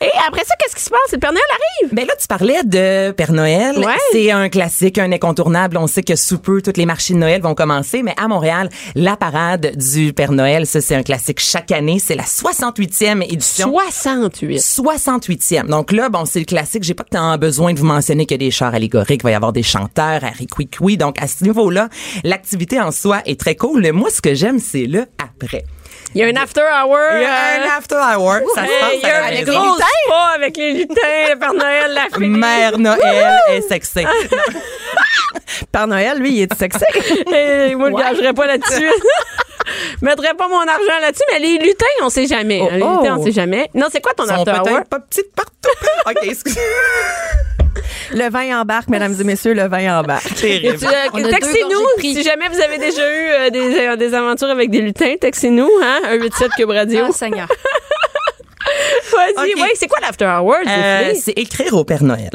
S3: Et après ça, qu'est-ce qui se passe? Le Père Noël arrive.
S5: Ben là, tu parlais de Père Noël.
S3: Ouais.
S5: C'est un classique, un incontournable. On sait que sous peu, tous les marchés de Noël vont commencer. Mais à Montréal, la parade du Père Noël, ça, c'est un classique chaque année. C'est la 68e édition.
S3: 68.
S5: 68e. Donc là, bon, c'est le classique. J'ai pas tant besoin de vous mentionner qu'il y a des chars allégoriques, il va y avoir des chanteurs, Harry Quick Donc à ce niveau-là, l'activité en soi est très cool. Mais moi, ce que j'aime, c'est le après.
S3: Il y a un after hour.
S5: Il y
S3: euh,
S5: a un after hour. Ça se passe
S3: Hey, il y
S5: à
S3: a
S5: la
S3: un
S5: maison.
S3: gros spa avec les lutins, le Père Noël, la fille.
S5: Mère Noël est sexée.
S3: Ah.
S4: Père Noël, lui, il est sexy.
S3: Et moi, je gagerais pas là-dessus. Je mettrais pas mon argent là-dessus, mais les lutins, on sait jamais. hein, les
S5: oh.
S3: lutins, on sait jamais. Non, c'est quoi ton
S5: Ils sont
S3: after hour?
S5: peut-être pas petites partout. Ah, OK, excusez.
S4: le vin embarque, mesdames et messieurs, le vin embarque.
S5: Terrible.
S3: Tu, euh,
S6: On a deux
S3: textez-nous
S6: gorgées de prix.
S3: si jamais vous avez déjà eu euh, des, euh, des aventures avec des lutins. Textez-nous, hein? 187 Cube Radio.
S6: Ah, Seigneur.
S3: Vas-y,
S5: ok.
S3: ouais, c'est quoi l'after hour?
S5: Euh,
S3: défilé?
S5: c'est écrire au Père Noël.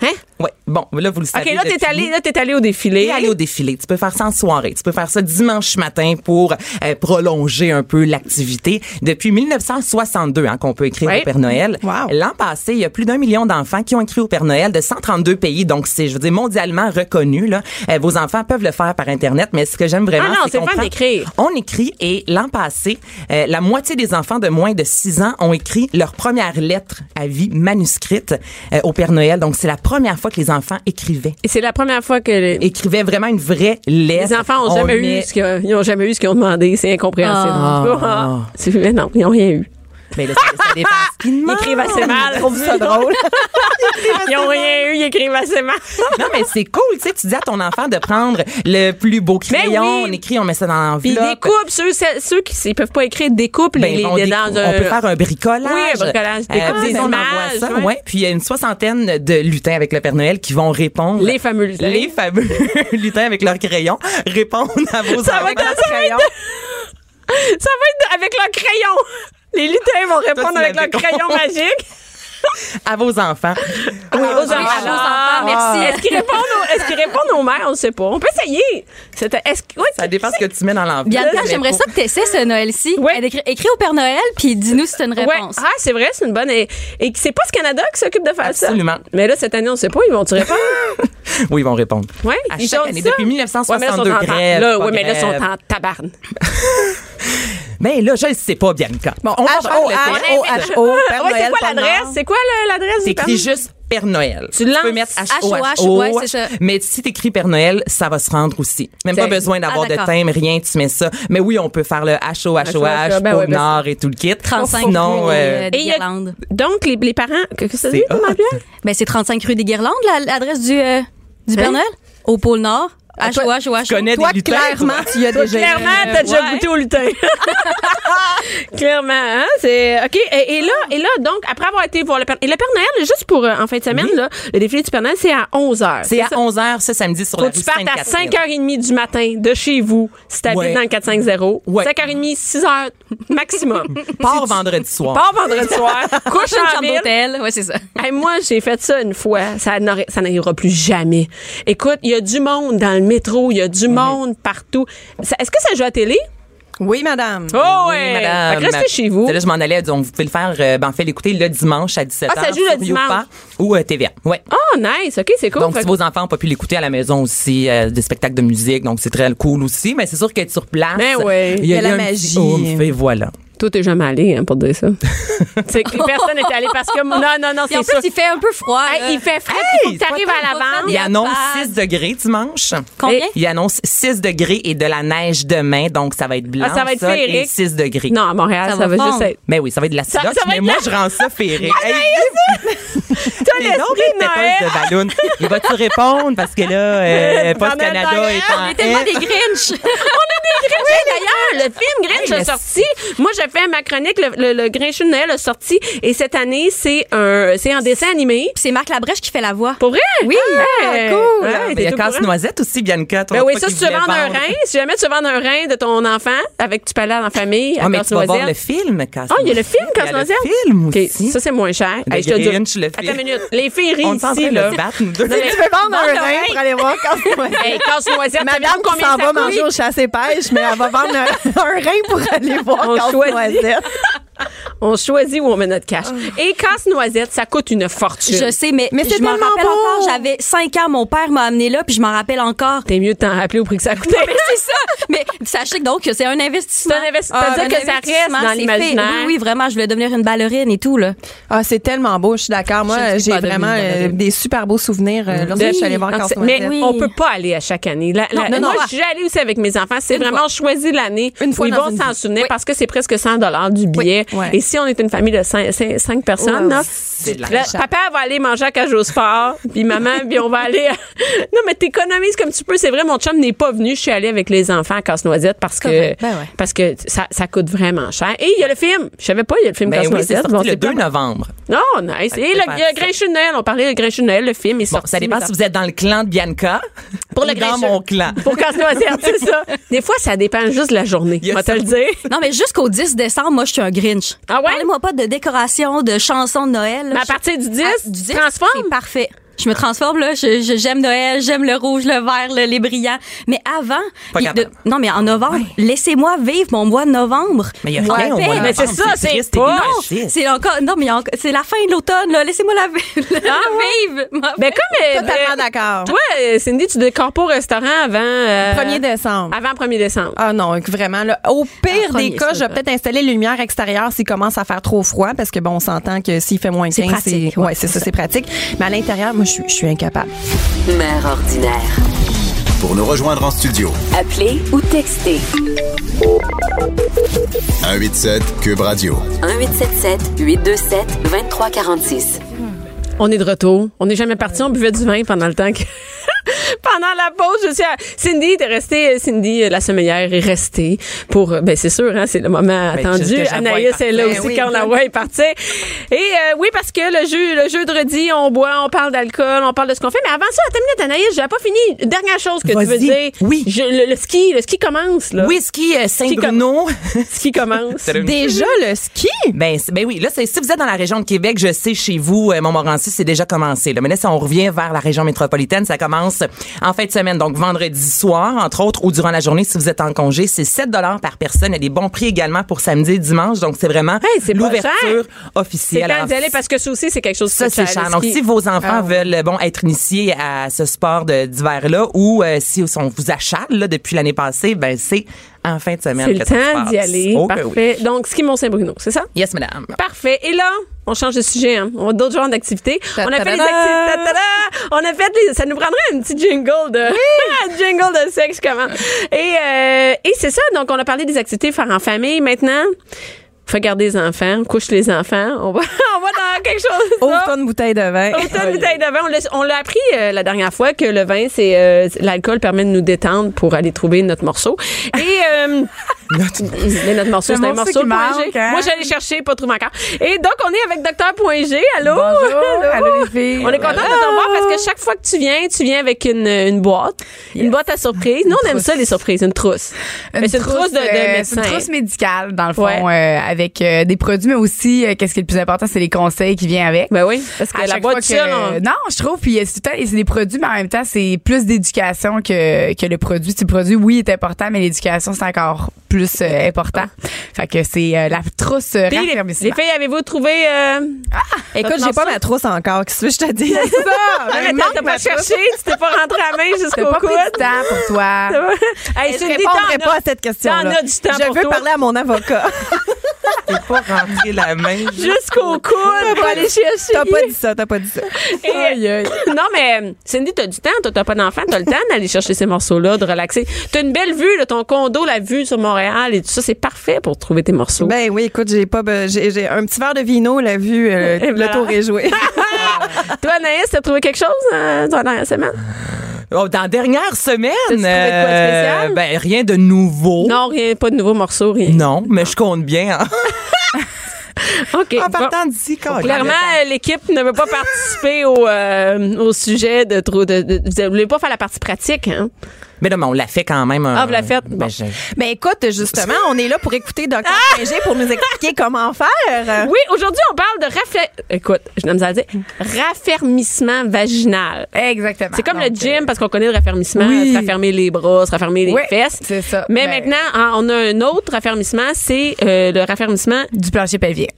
S3: Hein?
S5: Ouais. Bon, là, vous le savez.
S3: OK, là, t'es
S5: depuis-
S3: allé, là, t'es allé au défilé.
S5: Et aller au défilé. Tu peux faire ça en soirée. Tu peux faire ça dimanche matin pour euh, prolonger un peu l'activité. Depuis 1962 hein, qu'on peut écrire
S3: Ouais.
S5: au Père Noël.
S4: Wow.
S5: L'an passé, il y a plus d'un million d'enfants qui ont écrit au Père Noël de 132 pays. Donc, c'est, je veux dire, mondialement reconnu. Là. Euh, vos enfants peuvent le faire par Internet, mais ce que j'aime vraiment,
S3: Ah non, c'est
S5: qu'on
S3: fun
S5: prend-
S3: d'écrire.
S5: On écrit et l'an passé, euh, la moitié des enfants de moins de 6 ans ont écrit leur première lettre à vie manuscrite euh, au Père Noël. Donc, c'est la première fois que les enfants écrivaient
S3: Et c'est la première fois que les,
S5: écrivait vraiment une vraie lettre.
S3: les enfants ont
S5: On
S3: jamais
S5: met-
S3: eu ce que- ils ont jamais eu ce qu'ils ont demandé. C'est incompréhensible.
S5: Ah.
S3: C'est- mais non, ils n'ont rien eu.
S5: Mais Ben là, ça, ça dépend ce qu'ils
S3: Ils
S5: demandent.
S3: écrivent assez mal.
S4: Je trouve ça drôle.
S3: Ils n'ont rien eu, ils écrivent assez mal.
S5: Non, mais c'est cool, tu sais, tu dis à ton enfant de prendre le plus beau crayon,
S3: Ben oui.
S5: on écrit, on met ça dans
S3: Puis
S5: l'enveloppe.
S3: des couples, ceux, ceux ceux qui ne peuvent pas écrire, découpent
S5: Ben,
S3: les,
S5: on,
S3: les
S5: décou-
S3: dans
S5: on peut faire un bricolage.
S3: Oui, un bricolage, des coupes, des
S5: tu sais, on envoie
S3: images,
S5: ça,
S3: ouais.
S5: ouais. Puis il y a une soixantaine de lutins avec le Père Noël qui vont répondre.
S3: Les fameux lutins.
S5: Les fameux lutins avec leurs crayons répondent à vos
S3: Ça va
S5: enfants.
S3: être dans ça va être- Ça va être avec leur crayon. Les lutins vont répondre
S5: tu
S3: avec leur
S5: l'avais
S3: crayon
S5: compris. Ah,
S3: magique.
S5: à vos enfants.
S3: aux enfants.
S6: aux enfants, merci.
S3: Est-ce qu'ils répondent, aux- est-ce qu'ils répondent aux mères? On ne sait pas. On peut essayer. C'est- Est-ce que- oui,
S5: Ça dépend ce que tu mets dans l'enveloppe.
S6: Bianca,
S5: Mais
S6: j'aimerais ça que tu essaies ce Noël-ci.
S3: Ouais.
S6: Elle Écris, écris au Père Noël, puis dis-nous si c'est une
S3: Ouais.
S6: réponse.
S3: Ah, c'est vrai, c'est une bonne. Et, et c'est pas ce Canada qui s'occupe de faire ça.
S5: Absolument.
S3: Mais là, cette année, on ne sait pas. Ils vont-tu répondre?
S5: Oui, ils vont répondre.
S3: Oui,
S5: à
S3: ils
S5: chaque
S3: ont
S5: année.
S3: ça.
S5: Depuis 1962,
S3: Ouais, mais là, ils sont en-
S5: grève,
S3: là,
S5: pas
S3: ouais, mais là, ils sont
S5: grève.
S3: en tabarne.
S5: Mais Ben là, je ne sais pas, Bianca.
S4: Bon,
S5: on va faire
S4: H-O-H-O,
S5: le test.
S4: H-O, Père
S3: Ouais, c'est
S4: Noël,
S3: quoi
S4: Père
S3: l'adresse?
S4: Noël.
S3: C'est quoi le- l'adresse du
S5: T'écris
S3: permis?
S5: juste Père Noël.
S3: Tu
S5: Tu
S3: lances
S5: peux mettre
S6: H-O-H-O,
S5: H-O-H-O.
S6: ouais, c'est ça.
S5: Mais si t'écris Père Noël, ça va se rendre aussi. Même
S3: C'est-
S5: pas besoin d'avoir
S6: Ah,
S5: de
S6: d'accord.
S5: thème, rien, tu mets ça. Mais oui, on peut faire le
S3: H-O-H-O,
S5: H-O-H-O-H,
S3: ben ouais,
S5: au
S3: ben
S5: Nord et tout le kit.
S6: 35
S5: Sinon,
S6: rue
S5: euh,
S6: des, euh, des
S3: Et il y a-
S6: Guirlandes.
S3: Donc, les, les parents. Que, que ça
S5: C'est
S3: dit, comment
S5: hot.
S3: bien?
S6: Ben, c'est 35 rue des Guirlandes, la- l'adresse du, euh, du Père
S3: Hein?
S6: Noël, au pôle Nord. H O H O
S5: tu connais
S4: Toi,
S5: des lutins,
S4: clairement,
S5: toi?
S4: tu y as déjà...
S3: Clairement, t'as déjà
S6: ouais.
S3: goûté au lutin. Clairement, hein? C'est. OK. Et, et là, et là, donc, après avoir été voir le Père. Et le Père Noël, juste pour euh, en fin de semaine, là, le défilé du Père Noël, c'est à 11 h.
S5: C'est à 11h ce samedi sur
S3: Faut
S5: la
S3: que tu
S5: rue
S3: partes à
S5: Sainte-Catherine.
S3: 5h30 du matin de chez vous, si t'habites
S5: Ouais.
S3: dans le 450.
S5: Ouais.
S3: 5h30, 6h maximum.
S5: Pars vendredi soir.
S3: Pars vendredi soir, couche
S6: Une
S3: en
S6: chambre
S3: ville.
S6: d'hôtel. Ouais, c'est ça.
S3: Hey, moi, j'ai fait ça une fois. Ça n'aurait- ça n'arrivera plus jamais. Écoute, il y a du monde dans le métro, il y a du monde partout. Ça- Est-ce que ça joue à télé?
S4: Oui, madame.
S3: Oh,
S5: Oui,
S3: ouais.
S5: madame.
S3: Fait que restez chez vous.
S5: C'est Là, je m'en allais. Donc, vous pouvez le faire, euh, ben, en fait, l'écouter le dimanche à 17h.
S3: Ah, ça joue le dimanche.
S5: Ou euh, TVA. Ouais.
S3: Oh, nice. OK, c'est cool.
S5: Donc,
S3: Fait
S5: si
S3: que-
S5: vos enfants n'ont pas pu l'écouter à la maison aussi, euh, des spectacles de musique, donc c'est très cool aussi. Mais c'est sûr qu'être sur place,
S3: Ben ouais.
S5: il y a,
S4: Il y a la
S5: un petit
S4: magie.
S5: oomph, et voilà.
S3: Toi, t'es jamais allé hein, pour dire ça. c'est que personne n'est allé parce que. Non, non, non,
S6: Et en
S3: c'est ça.
S6: plus, il fait un peu froid.
S3: Hey,
S6: là.
S3: il fait frais. Ah, il faut que t'arrives
S6: pas
S3: à
S6: trop de
S3: l'avance.
S5: Il
S6: la
S5: annonce
S6: base.
S5: 6 degrés dimanche.
S6: Combien?
S5: Il annonce 6 degrés et de la neige demain, donc ça va être blanc.
S3: Ah, ça va être
S5: sol et
S3: féerique.
S5: 6 degrés.
S3: Non, à Montréal, ça,
S6: Ça
S3: va
S6: va
S3: juste
S6: fondre.
S3: être.
S5: Mais oui, ça va être de la
S3: Ça-
S5: sidoche,
S3: ça va
S5: mais
S3: être
S5: moi,
S3: la-
S5: je rends ça féerique. Hey,
S3: T'as
S5: t'es donc
S3: l'esprit de
S5: une pépeuse
S3: Noël.
S5: de ballon. Il va-tu répondre? Parce que là, euh,
S3: Pendant
S5: Post Canada
S3: Noël,
S5: est en
S6: On est tellement
S3: hein.
S5: haie.
S6: des Grinch.
S3: Oui, d'ailleurs, le film Grinch
S5: Hey,
S3: est
S5: le-
S3: sorti. Moi, j'ai fait ma chronique, le, le, le Grinch de Noël est sorti. Et cette année, c'est un, c'est en dessin animé.
S6: C'est Marc Labrèche qui fait la voix.
S3: Pour vrai? Ah, Oui.
S5: Cool. Ah, Mais il y a Casse-Noisette aussi, Bianca. toi,
S3: Ben oui,
S5: pas
S3: ça,
S5: qu'il
S3: si tu
S5: voulait
S3: vends un
S5: vendre.
S3: rein, si jamais tu vends un rein de ton enfant, avec, tu peux aller en famille, à
S5: Ah, mais tu vas voir le
S3: Casse-Noisette.
S5: film,
S3: Ah, il y a le film,
S5: Il y a
S3: Casse-Noisette?
S5: Le film
S3: OK,
S5: aussi.
S3: ça, c'est moins cher.
S5: Le
S3: Hey, je te dis-
S5: Grinch, le
S3: Attends
S5: film.
S3: une minute. Les filles rient
S5: On est en
S3: ici,
S5: train de
S3: là.
S5: se battre, nous deux.
S3: Non, mais-
S4: Tu veux vendre
S3: Vends le
S4: un rein pour aller voir quand
S3: Hey, Casse-Noisette,
S4: Madame
S3: savez-vous
S4: qui
S3: combien ça
S4: s'en va
S3: coûte?
S4: manger au chasse et pêche, mais elle va vendre un, un rein pour aller voir
S3: On
S4: quand
S3: choisit.
S4: noisette.
S3: On choisit où on met notre cash.
S5: Ah.
S3: Et casse-noisette, ça coûte une fortune.
S6: Je sais, mais,
S4: Mais c'est
S6: je m'en
S4: tellement
S6: rappelle
S4: beau.
S6: encore. J'avais 5 ans, mon père m'a amené là, puis je m'en rappelle encore.
S3: T'es mieux de t'en rappeler au prix que ça coûtait.
S6: Non, mais Ben, c'est ça. Mais sachez donc que c'est un investissement.
S3: C'est un investissement.
S6: Ah,
S3: C'est-à-dire
S6: un
S3: que ça reste
S6: investissement,
S3: dans
S6: c'est
S3: l'imaginaire.
S6: fait. Oui, oui, vraiment. Je voulais devenir une ballerine et tout, là.
S4: Ah, c'est tellement beau, je suis d'accord.
S6: Je
S4: Moi,
S6: ne suis
S4: j'ai
S6: pas
S4: vraiment
S6: devenue
S4: euh,
S6: modèle.
S4: des super beaux souvenirs euh, lorsque
S3: De-
S4: je suis allée voir
S3: Donc,
S4: Casse
S3: Ah, c'est- Mais
S6: Oui.
S3: on peut pas aller à chaque année. La- la-
S4: Non, non,
S3: moi,
S4: non.
S3: je suis allée aussi avec mes enfants. C'est vraiment choisi l'année
S4: Une fois
S3: où ils
S4: dans
S3: vont
S4: une
S3: s'en
S4: vie.
S3: souvenir
S4: Oui.
S3: parce que c'est presque 100 dollars du billet.
S4: Ouais.
S3: Et si on est une famille de 5, personnes,
S4: Ouais,
S3: là,
S5: c'est de
S3: là,
S5: l'argent.
S3: papa va aller manger à Cajou Sport, puis maman, puis on va aller... à- Non, mais t'économises comme tu peux. C'est vrai, mon chum n'est pas venu. Je suis allée avec les enfants à Casse-Noisette parce que,
S6: Correct. Ben ouais.
S3: parce que ça, ça coûte vraiment cher. Et il y a le film. Je savais pas, il y a le film
S5: Ben oui, c'est
S3: Casse-Noisette.
S5: sorti
S3: Bon,
S5: le
S3: c'est
S5: 2
S3: pas-
S5: novembre.
S3: Non, nice.
S5: Fait
S3: Et le,
S5: que c'est
S3: il y a
S5: pas-
S3: Grinchu de Noël. On parlait de Grinchu de Noël. Le film est
S5: Bon,
S3: sorti.
S5: ça dépend
S3: mais
S5: si vous êtes dans le clan de Bianca.
S3: Pour le
S5: ou dans
S3: Grincheux.
S5: mon clan.
S3: pour casse-noisette, c'est ça. Des fois, ça dépend juste de la journée.
S5: Il y
S3: On va
S5: a
S3: te
S5: ça.
S3: le dire.
S6: Non, mais jusqu'au 10 décembre, moi, je suis un Grinch.
S3: Ah ouais?
S6: Parlez-moi pas de décoration, de chansons de Noël.
S3: Mais à partir du 10,
S6: Ah,
S3: tu
S6: du 10,
S3: transformes.
S6: C'est parfait. Je me transforme là, Je- je- j'aime Noël, j'aime le rouge, le vert, le- les brillants. Mais avant,
S5: Pas
S6: il-
S5: capable.
S6: non mais en novembre, laissez-moi vivre mon mois de novembre.
S5: Mais il y a
S6: Mon
S5: rien au
S6: paix.
S5: mois de
S3: mais c'est
S5: novembre,
S3: ça, c'est
S5: triste
S3: pas-
S6: Non,
S5: et injuste.
S6: c'est encore non mais il y a encore- c'est la fin de l'automne là, laissez-moi la, vi- la vivre. ma
S3: Ben,
S6: paix.
S3: comme. euh,
S4: Totalement
S3: euh,
S4: d'accord.
S3: Toi, euh, Cindy, tu décores pas au restaurant avant. euh,
S4: 1er décembre.
S3: Avant 1er décembre.
S4: Ah non, vraiment. Là, au pire
S3: Ah, premier,
S4: des cas,
S3: ça,
S4: je vais
S3: là.
S4: peut-être installer les lumières extérieures s'il commence à faire trop froid parce que bon, on s'entend que s'il fait moins 15,
S6: pratique,
S4: c'est ouais, c'est ça, c'est pratique. Mais à l'intérieur, moi je suis- je suis incapable.
S1: Mère ordinaire.
S2: Pour nous rejoindre en studio,
S1: Appelez ou textez
S2: 187 Cube Radio.
S1: 1877 827 2346.
S3: On est de retour. On n'est jamais parti. On buvait du vin pendant le temps que. pendant la pause, je suis à... Cindy, t'es restée. Cindy, euh, la sommelière, est restée pour. euh, Ben, c'est sûr, hein, c'est le moment
S5: Ben,
S3: attendu.
S5: jusqu'à Jaguar
S3: Anaïs est là
S5: partait,
S3: aussi
S5: Ben oui.
S3: quand la voix est partie. Et euh, oui, parce que le jeu, le jeudi, on boit, on parle d'alcool, on parle de ce qu'on fait. Mais avant ça, à ta minute, Anaïs, j'avais pas fini. Dernière chose que tu veux
S5: Vas-y.
S3: dire.
S5: Oui.
S3: Je- le, le ski, le ski commence, là.
S5: Whisky euh, Saint-Bruno.
S3: Ski commence.
S5: Salut.
S4: Déjà le ski.
S5: Ben, c'est- ben oui, là, c'est- si vous êtes dans la région de Québec, je sais chez vous, euh, Montmorency, c'est déjà commencé. Là. Mais là, si on revient vers la région métropolitaine, ça commence en fin de semaine, donc vendredi soir, entre autres, ou durant la journée, si vous êtes en congé. C'est 7 par personne. Il y a des bons prix également pour samedi et dimanche. Donc, c'est vraiment
S3: Hey, c'est pas cher.
S5: l'ouverture
S3: c'est
S5: officielle.
S3: quand
S5: Alors,
S3: d'y aller parce que ça aussi, c'est quelque chose
S5: ça,
S3: que Ah,
S5: c'est
S3: ça-
S5: cher.
S3: le
S5: Donc,
S3: ski.
S5: si vos enfants veulent bon être initiés à ce sport de- d'hiver-là ou euh, si on vous achale là, depuis l'année passée, ben c'est en fin de semaine
S3: C'est
S5: que
S3: le
S5: ça se
S3: temps
S5: passe.
S3: d'y aller.
S5: Oh que oui.
S3: Parfait. Donc, ski Mont-Saint-Bruno, c'est ça?
S5: Yes, madame.
S3: Parfait. Et là, on change de sujet. Hein. On a d'autres genres d'activités. On a fait les
S4: Ta-ta-da!
S3: activités. ta-ta-da! On a fait les. Ça nous prendrait un petit jingle de. Un jingle de sexe, comment? Et, euh, et c'est ça. Donc, on a parlé des activités faire en famille. Maintenant, faut garder les enfants, couche les enfants. On va, on va dans quelque chose.
S5: Oh,
S3: de ça.
S4: Ouvre-toi une bouteille de vin.
S3: Autant de bouteilles de vin. On l'a- On l'a appris euh, la dernière fois que le vin, c'est euh, l'alcool permet de nous détendre pour aller trouver notre morceau. Et euh, mais notre morceau,
S7: Le
S3: c'est un
S7: morceau
S3: morceau.
S7: qui
S3: point
S7: manque,
S3: G.
S7: hein?
S3: Moi, j'allais chercher, pas trouver encore. Et donc, on est avec Docteur Point G. Allô.
S7: Bonjour, allô, les filles.
S3: On est
S4: Ah!
S3: content de te revoir parce que chaque fois que tu viens, tu viens avec une, une boîte, une boîte à surprise. Nous, on aime ça les surprises, une trousse. Mais c'est une trousse de, de
S7: euh, c'est
S3: médecin.
S7: une trousse médicale, dans le fond,
S3: Ouais.
S7: euh, avec euh, des produits, mais aussi, euh, qu'est-ce qui est le plus important, c'est les conseils qui viennent avec.
S3: Ben oui, parce que
S7: À
S3: la
S7: chaque
S3: boîte
S7: fois
S3: seule,
S7: que-
S3: on-
S7: Non, je trouve, puis euh, c'est tout le temps- c'est des produits, mais en même temps, c'est plus d'éducation que, que le produit. Tu le produit, oui, est important, mais l'éducation, c'est encore plus euh, important. Fait que c'est euh, la trousse euh,
S3: Puis, les,
S7: raffermissement.
S3: les filles, avez-vous trouvé euh,
S7: Ah!
S4: Écoute, j'ai pas ma trousse encore. Qu'est-ce que je te dis?
S3: Ah, mais
S7: Ça,
S3: t'as- t'as pas cherché, tu t'es pas rentré à main
S7: T'as
S3: jusqu'au
S7: pas pris du
S3: coude.
S7: temps pour toi.
S3: Hey,
S4: Je
S3: Cindy,
S4: répondrai
S3: t'en
S4: pas
S3: as-
S4: à cette question.
S3: T'en as du temps
S4: Je
S3: pour
S4: veux
S3: toi.
S4: parler à mon avocat.
S5: T'es pas rentré la main.
S3: Jusqu'au coude pour aller chercher.
S4: T'as pas dit ça, t'as pas dit ça.
S3: Et- non, mais euh, Cindy, t'as du temps. Toi, t'as pas d'enfant. T'as le temps d'aller chercher ces morceaux-là, de relaxer. T'as une belle vue, là, ton condo, la vue sur Montréal et tout ça. C'est parfait pour trouver tes morceaux.
S4: Ben oui, écoute, j'ai pas, be- j'ai j'ai un petit verre de vino, la vue, euh,
S3: Et voilà.
S4: le tour est joué.
S3: Toi, Anaïs, t'as trouvé quelque chose euh, dans la dernière semaine?
S5: Oh, dans la dernière semaine.
S3: trouvé de quoi de spécial?
S5: ben, rien de nouveau.
S3: Non, rien, pas de nouveaux morceaux, rien.
S5: Oh. Non, mais je compte bien. hein.
S3: OK.
S5: en
S3: bon.
S5: partant d'ici, quand
S3: Clairement, euh, l'équipe ne veut pas participer au, euh, au sujet de trop de, de- Vous voulez pas faire la partie pratique, hein?
S5: Mais non, mais on l'a fait quand même.
S3: Ah,
S5: euh,
S3: vous la faites? Bon.
S5: Ben, je-
S4: Ben écoute, justement, on est là pour écouter Dr. Pinger pour nous expliquer comment faire.
S3: Oui, aujourd'hui, on parle de raffa- Écoute, je n'aime ça dire. Raffermissement vaginal.
S7: Exactement.
S3: C'est comme
S7: Donc,
S3: le gym parce qu'on connaît le raffermissement,
S7: Eh, Oui.
S3: se raffermer les bras, se raffermer les
S7: Oui,
S3: fesses.
S7: c'est ça.
S3: Mais
S7: Ben-
S3: maintenant, hein, on a un autre raffermissement, c'est euh, le raffermissement
S7: Du plancher pavier.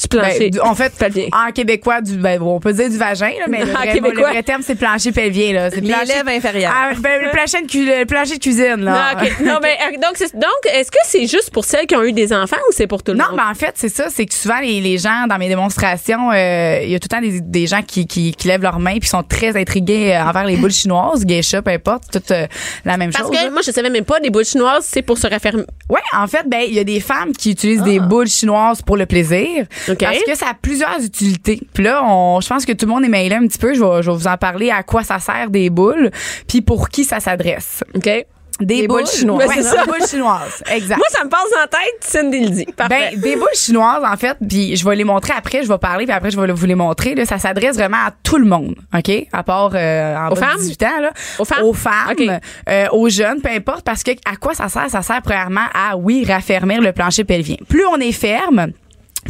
S3: Du plancher.
S7: Ben, du- en fait,
S3: Pelvien.
S7: en québécois, du, ben, on peut dire du vagin, là, mais le
S3: En
S7: vrai,
S3: québécois.
S7: le vrai terme, c'est plancher pelvien. là. C'est plancher-
S4: L'élève inférieur.
S7: Ah, ben, le, plancher de cu- le plancher de cuisine. Là.
S3: Non, ok. Non, mais euh, donc, c'est- donc, est-ce que c'est juste pour celles qui ont eu des enfants ou c'est pour tout le
S7: Non,
S3: monde?
S7: mais en fait, c'est ça, c'est que souvent les, les gens dans mes démonstrations, euh, il y a tout le temps des, des gens qui, qui, qui lèvent leurs mains puis sont très intrigués euh, envers les boules chinoises, geisha, peu importe, c'est toute euh, la même
S3: Parce
S7: chose.
S3: que
S7: là.
S3: moi, je savais même pas, les boules chinoises, c'est pour se raffermir.
S7: Ouais, en fait, ben il y a des femmes qui utilisent des boules chinoises pour le plaisir
S3: Ah. OK.
S7: parce que ça a plusieurs utilités. Puis là, on, je pense que tout le monde est mêlé un petit peu. Je vais, je vais vous en parler à quoi ça sert des boules, puis pour qui ça s'adresse.
S3: OK?
S7: Des,
S4: Les boules chinoises.
S7: Ouais,
S3: Ouais,
S7: des
S3: c'est ça.
S7: boules chinoises, exact.
S3: Moi, ça me passe en tête, Cindy le dit. Parfait.
S7: Ben, des boules chinoises, en fait, puis je vais les montrer après, je vais parler, puis après, je vais le- vous les montrer. Là, ça s'adresse vraiment à tout le monde, OK? À part euh, en
S3: Aux
S7: bas de
S3: femmes?
S7: 18 ans, là.
S3: Aux femmes?
S7: Aux femmes,
S3: OK.
S7: euh, aux jeunes, peu importe, parce que à quoi ça sert? Ça sert premièrement à, oui, raffermir le plancher pelvien. Plus on est ferme,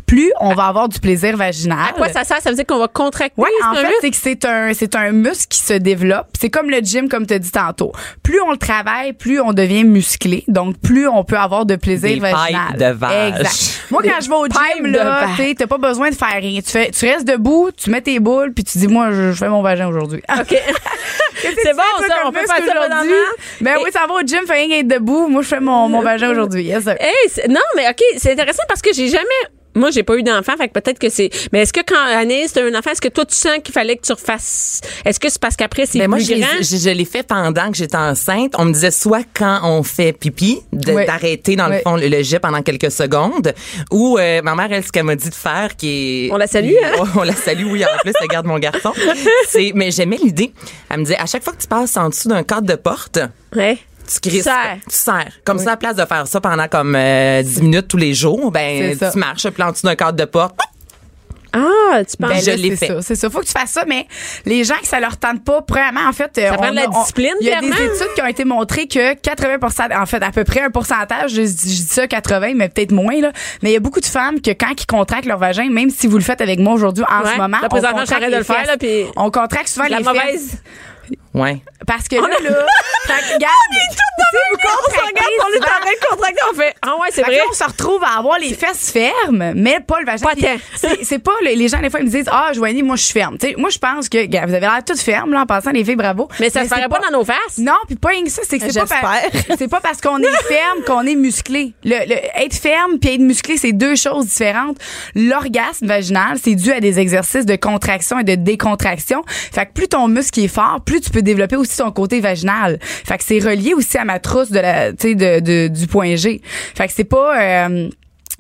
S7: plus on va avoir du plaisir vaginal.
S3: à quoi ça sert? Ça veut dire qu'on va contracter
S7: Ouais, en
S3: ce
S7: fait,
S3: muscle?
S7: c'est que c'est un, c'est un muscle qui se développe. C'est comme le gym, comme tu as dit tantôt. Plus on le travaille, plus on devient musclé. Donc, plus on peut avoir de plaisir
S5: Des
S7: vaginal.
S5: pipes de vache.
S7: Exact. Moi, quand je vais au
S3: pipes de
S7: gym, là,
S3: vache.
S7: tu sais, t'as pas besoin de faire rien. Tu, fais, tu restes debout, tu mets tes boules, puis tu dis, moi, je, je fais mon vagin aujourd'hui.
S3: OK. c'est bon,
S7: Toi,
S3: ça,
S7: comme
S3: on peut
S7: muscle
S3: faire ça pendant
S7: aujourd'hui. Ben
S3: Et-
S7: oui, ça va au gym, fais rien qu'être debout. Moi, je fais mon, mon vagin aujourd'hui. Yes, sir.
S3: Hey, c'est- non, mais OK, c'est intéressant parce que j'ai jamais. Moi, j'ai pas eu d'enfant, fait que peut-être que c'est. Mais est-ce que quand Anaïs, t'as un enfant, est-ce que toi, tu sens qu'il fallait que tu refasses. Est-ce que c'est parce qu'après, c'est
S5: Mais
S7: Ben,
S3: plus
S5: moi, je, les-
S3: grand?
S5: je- je l'ai fait pendant que j'étais enceinte. On me disait soit quand on fait pipi, de-
S7: Ouais.
S5: d'arrêter dans le
S7: Ouais.
S5: fond le, le jet pendant quelques secondes, ou euh, ma mère, elle, ce qu'elle m'a dit de faire, qui est...
S3: On la salue, hein?
S5: On, on la salue, oui, en plus, elle garde mon garçon. C'est, mais j'aimais l'idée. Elle me disait, à chaque fois que tu passes en dessous d'un cadre de porte,
S3: Ouais.
S5: tu crisses,
S3: Serre.
S5: tu serres. Comme ça, à la place de faire ça pendant comme euh, 10 minutes tous les jours, ben,
S7: C'est ça.
S5: tu marches, puis en dessous d'un cadre de porte,
S3: Ah, tu
S7: Ben
S3: penses.
S5: je
S7: là,
S5: l'ai fait.
S7: c'est ça, C'est ça. Faut que tu fasses ça, mais les gens que ça leur tente pas, premièrement, en fait, euh,
S3: Ça prend
S7: on
S3: de la
S7: a- on-
S3: discipline,
S7: Il y a des
S3: clairement.
S7: études qui ont été montrées que 80 en fait, à peu près un pourcentage, je, dis- je dis ça 80, mais peut-être moins, là. Mais il y a beaucoup de femmes que quand ils contractent leur vagin, même si vous le faites avec moi aujourd'hui, en
S3: Ouais.
S7: ce moment,
S3: Là,
S7: on
S3: présentement,
S7: contracte
S3: j'arrête de
S7: les
S3: le faire,
S7: fesses.
S3: là, puis-
S7: on contracte souvent
S3: La
S7: les
S3: mauvaise.
S7: fesses.
S5: ouais.
S7: Parce que là, là, fait que,
S3: Ah,
S7: regarde, si vous
S3: On se regarde, on
S7: contractez
S3: est en
S7: souvent-
S3: train de contracter, on fait. Ah, ouais, c'est
S7: fait que
S3: vrai.
S7: là, on se retrouve à avoir les fesses fermes, mais pas le vagin.
S3: Pas
S7: Puis
S3: tant.
S7: c'est- C'est pas le- les gens des fois ils me disent ah Joanie moi je suis ferme. Tu sais, moi je pense que gars, vous avez l'air toutes fermes là en passant les filles bravo.
S3: Mais ça se
S7: c'est
S3: ferait pas dans nos faces.
S7: Non puis pas rien que ça c'est que c'est pas par-
S4: J'espère.
S7: c'est pas parce qu'on est ferme qu'on est musclé. Le, le- être ferme puis être musclé c'est deux choses différentes. L'orgasme vaginal c'est dû à des exercices de contraction et de décontraction. Fait que plus ton muscle est fort plus tu peux développer aussi ton côté vaginal. Fait que c'est relié aussi à ma trousse de la tu sais de, de- du point G. Fait que c'est pas euh,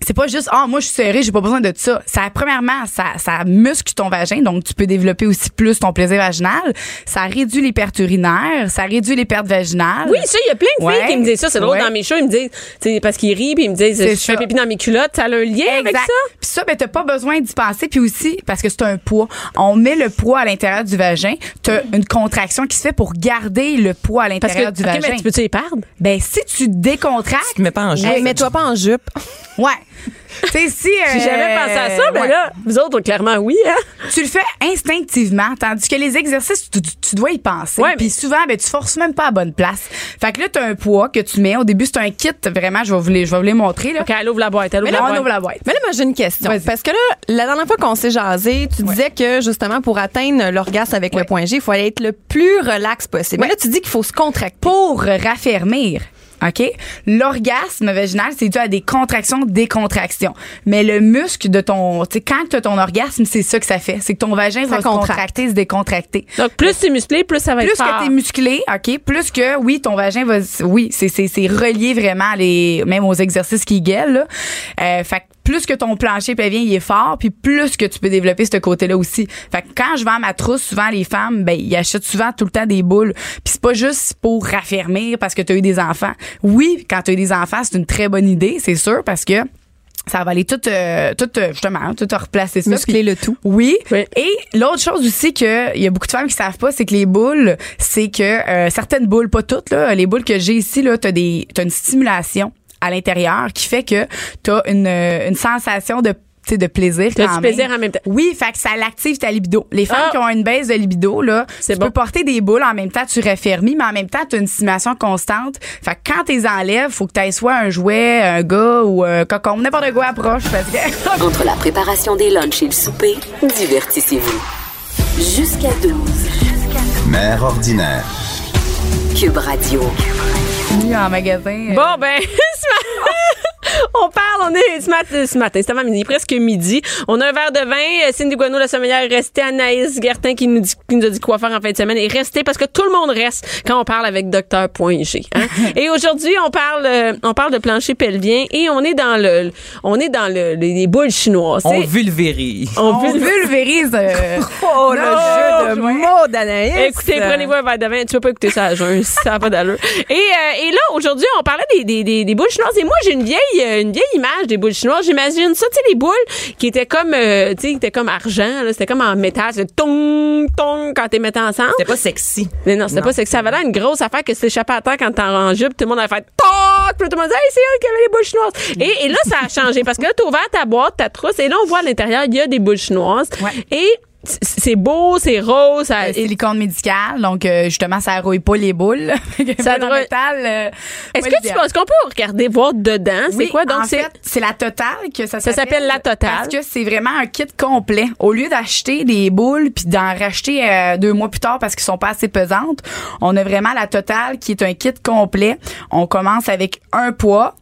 S7: c'est pas juste ah moi je suis serrée j'ai pas besoin de ça ça premièrement ça ça muscle ton vagin donc tu peux développer aussi plus ton plaisir vaginal ça réduit les pertes urinaires ça réduit les pertes vaginales
S3: Oui, ça, il y a plein de
S7: Ouais.
S3: filles qui me disent ça. C'est drôle,
S7: Ouais.
S3: dans mes shows, ils me disent, c'est parce qu'ils rient, puis ils me disent,
S7: C'est
S3: je fais
S7: ça.
S3: pipi dans mes culottes. Ça a un lien avec
S7: Exact.
S3: ça?
S7: Puis ça, ben, t'as pas besoin d'y penser. Puis aussi, parce que c'est un poids, on met le poids à l'intérieur du vagin. T'as une contraction qui se fait pour garder le poids à
S3: Parce
S7: l'intérieur
S3: que,
S7: du
S3: OK,
S7: vagin.
S3: mais tu peux-tu les perdre?
S7: Ben, si tu décontractes,
S5: Tu te mets pas en jeu.
S4: Hey, Mets-toi pas en jupe.
S7: ouais. tu sais, si.
S3: J'ai jamais
S7: euh,
S3: pensé à ça, mais
S7: ouais.
S3: là, vous autres, clairement, oui, hein?
S7: tu le fais instinctivement, tandis que les exercices, tu, tu- tu dois y penser.
S3: Ouais, mais-
S7: Puis souvent, ben, tu forces même pas à bonne place. Fait que là, tu as un poids que tu mets. Au début, c'est un kit, vraiment, je vais vous les, je vais vous les montrer. Là.
S3: OK, elle ouvre la boîte, elle
S7: Mais
S3: ouvre
S7: là,
S3: la
S7: on
S3: boîte.
S7: ouvre la boîte.
S4: Mais là, moi, j'ai une question.
S7: Vas-y.
S4: Parce que là, la dernière fois qu'on s'est jasé, tu disais que, justement, pour atteindre l'orgasme avec le point G, il faut être le plus relax possible. Mais là, tu dis qu'il faut se contracter.
S7: Pour raffermir, OK? L'orgasme vaginal, c'est dû à des contractions, décontractions. Mais le muscle de ton. Tu sais, quand tu as ton orgasme, c'est ça que ça fait. C'est que ton vagin va se
S4: contracte.
S7: contracter, se décontracter.
S3: Donc, plus c'est musclé, plus ça va
S7: plus
S3: être fort.
S7: que t'es musclé, OK, plus que oui, ton vagin va oui, c'est c'est c'est relié vraiment à les même aux exercices qui gueulent là. Euh, fait que plus que ton plancher pelvien il est fort, puis plus que tu peux développer ce côté-là aussi. Fait que quand je vends ma trousse, souvent les femmes, ben ils achètent souvent tout le temps des boules. Puis c'est pas juste pour raffermir parce que tu as eu des enfants. Oui, quand tu as eu des enfants, c'est une très bonne idée, c'est sûr parce que ça va aller tout, euh, tout euh, justement, hein, tout replacer ça.
S4: Muscler
S7: puis-
S4: le tout.
S7: oui.
S3: Oui.
S7: Et l'autre chose aussi que il y a beaucoup de femmes qui savent pas, c'est que les boules, c'est que euh, certaines boules, pas toutes là, les boules que j'ai ici là, t'as des, t'as une stimulation à l'intérieur qui fait que t'as une euh, une sensation de tu sais, de plaisir.
S3: T'as
S7: quand
S3: du
S7: même.
S3: plaisir en même temps.
S7: Oui, fait que ça l'active ta libido. Les femmes
S3: Ah.
S7: qui ont une baisse de libido, là,
S3: C'est
S7: tu
S3: bon.
S7: peux porter des boules en même temps, tu raffermis, mais en même temps, tu as une stimulation constante. Fait que quand t'es enlèves, faut que t'aies soit un jouet, un gars ou un cocon, n'importe quoi approche parce que.
S1: Entre la préparation des lunchs et le souper, divertissez-vous. Jusqu'à 12.
S2: Mère ordinaire.
S1: Cube Radio.
S7: Bienvenue en magasin. euh,
S3: Bon, ben, ce ma- on parle, on est ce, mat- ce matin, c'est avant midi, presque midi. On a un verre de vin. Euh, Cindy Guano, la sommelière, est restée. Anaïs Gertin qui nous, dit, qui nous a dit quoi faire en fin de semaine est restée parce que tout le monde reste quand on parle avec Docteur.g. Hein? et aujourd'hui, on parle euh, on parle de plancher pelvien et on est dans le on est dans le, les, les boules chinoises.
S5: On
S3: C'est-
S5: vulvérise.
S3: on
S7: on
S3: vulve-
S7: vulvérise. euh,
S4: Oh,
S7: Non,
S4: le jeu de
S7: ouais.
S4: mots d'Anaïs.
S3: Écoutez, prenez-vous un verre de vin. Tu peux pas écouter ça à jeun, ça n'a pas d'allure. Et, euh, et là, aujourd'hui, on parlait des, des, des, des boules chinoises. Et moi, j'ai une vieille, euh, une vieille image des boules chinoises. J'imagine ça, tu sais, les boules qui étaient comme, euh, tu sais, qui étaient comme argent, là. C'était comme en métal. C'était tong, tong quand t'es mettais ensemble.
S5: C'était pas sexy.
S3: Mais non, c'était pas sexy. Ça avait l'air une grosse affaire que s'échappait à terre quand t'es en jupe. Tout le monde avait fait toc! Puis là, tout le monde disait, hey, c'est elle qui avait les boules chinoises. Et, et là, ça a changé parce que là, t'as ouvert ta boîte, ta trousse, et là, on voit à l'intérieur, il y a des boules chinoises. Et c- c'est beau, Ben, c'est rose, ça,
S7: euh, silicone médical, donc euh, justement, ça rouille pas les boules.
S3: Ça
S7: ça
S3: doit-
S7: métal. euh,
S3: Est-ce
S7: pas
S3: que tu
S7: l'idéal.
S3: penses qu'on peut regarder, voir dedans? Hein? C'est
S7: Oui,
S3: quoi? Donc,
S7: en
S3: c'est.
S7: fait, c'est la totale que ça s'appelle.
S3: s'appelle la totale.
S7: Parce que c'est vraiment un kit complet. Au lieu d'acheter des boules puis d'en racheter euh, deux mois plus tard parce qu'ils sont pas assez pesantes, on a vraiment la totale qui est un kit complet. On commence avec un poids.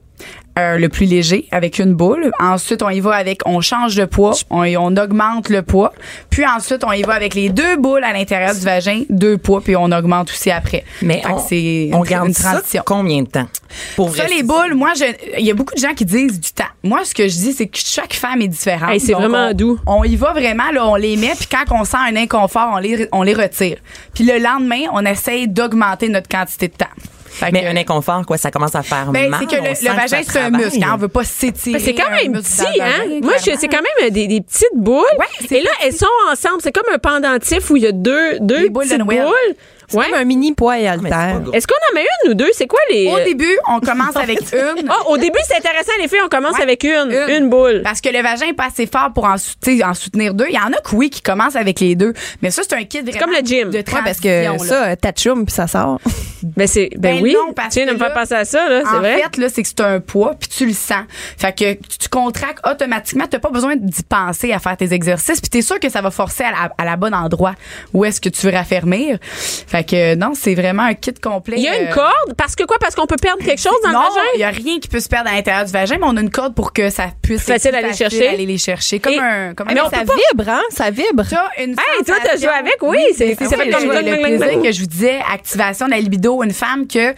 S7: euh, le plus léger avec une boule. Ensuite, on y va avec, on change de poids, on, on augmente le poids. Puis ensuite, on y va avec les deux boules à l'intérieur du vagin, deux poids, puis on augmente aussi après.
S5: Mais
S7: Fait que
S5: on,
S7: c'est
S5: on
S7: une tra-
S5: garde
S7: une
S5: ça
S7: transition.
S5: combien de temps? Pour
S7: Ça,
S5: vrai,
S7: les
S5: c'est-
S7: boules, moi, je- il y a beaucoup de gens qui disent du temps. Moi, ce que je dis, c'est que chaque femme est différente.
S3: Hey, c'est
S7: Donc,
S3: vraiment
S7: on-
S3: doux.
S7: On y va vraiment, là, on les met, puis quand on sent un inconfort, on les, on les retire. Puis le lendemain, on essaye d'augmenter notre quantité de temps. Fait
S5: Mais
S7: que-
S5: un inconfort, quoi, ça commence à faire
S7: Ben,
S5: mal.
S7: c'est que
S5: on
S7: le,
S5: sent
S7: le vagin,
S5: ça
S7: c'est un
S5: travaille.
S7: muscle. Hein, on veut pas s'étirer.
S3: c'est quand
S7: un
S3: même
S7: muscle dans le
S3: petit, hein?
S7: vagin,
S3: Moi, je-
S7: clairement.
S3: c'est quand même des, des petites boules.
S7: Ouais, c'est
S3: et là, elles sont ensemble. C'est comme un pendentif où il y a deux, deux
S7: Des boules de
S3: petites
S7: Noël.
S3: boules. Ouais.
S4: Comme un mini poids et haltère.
S5: gros.
S3: Est-ce qu'on en met une ou deux? C'est quoi les.
S7: Au début, on commence avec une.
S3: Ah, au début, c'est intéressant, les filles, on commence
S7: Ouais.
S3: avec une, une, boule.
S7: Parce que le vagin est pas assez fort pour en, sou- tu sais, en soutenir deux. Il y en a que oui, qui commencent avec les deux. Mais ça, c'est un kit vraiment
S3: comme le gym. Ouais,
S7: De
S4: Ouais,
S7: transition,
S4: parce que
S7: là.
S4: ça, t'achoumes puis ça sort.
S3: Ben, c'est, ben, oui.
S7: non, parce
S3: tu viens de
S7: que
S3: me faire
S7: là,
S3: penser à ça, là, c'est
S7: en
S3: vrai.
S7: fait, là, c'est que c'est un poids, puis tu le sens. Fait que tu, tu contractes automatiquement. T'as pas besoin d'y penser à faire tes exercices, puis t'es sûr que ça va forcer à la, à la bonne endroit où est-ce que tu veux raffermir. Fait que euh, non, c'est vraiment un kit complet.
S3: il y a une
S7: euh,
S3: corde. Parce que quoi? Parce qu'on peut perdre quelque chose dans
S7: non,
S3: le vagin?
S7: il y a rien qui peut se perdre à l'intérieur du vagin, mais on a une corde pour que ça puisse
S3: Facile
S7: être
S3: à aller
S7: facile
S3: chercher.
S7: aller les chercher comme
S3: Et-
S7: un comme un-
S4: Mais
S7: Mais
S4: ça
S7: ça
S4: vibre, hein? Ça vibre.
S7: T'as une
S3: Hey, toi, t'as
S7: sensation-
S3: joué avec, oui, c'est- c'est-
S7: ben
S3: ça fait
S7: oui,
S3: comme
S7: le,
S3: gling,
S7: le
S3: gling,
S7: plaisir
S3: gling.
S7: que je vous disais, activation de la libido, une femme que, euh,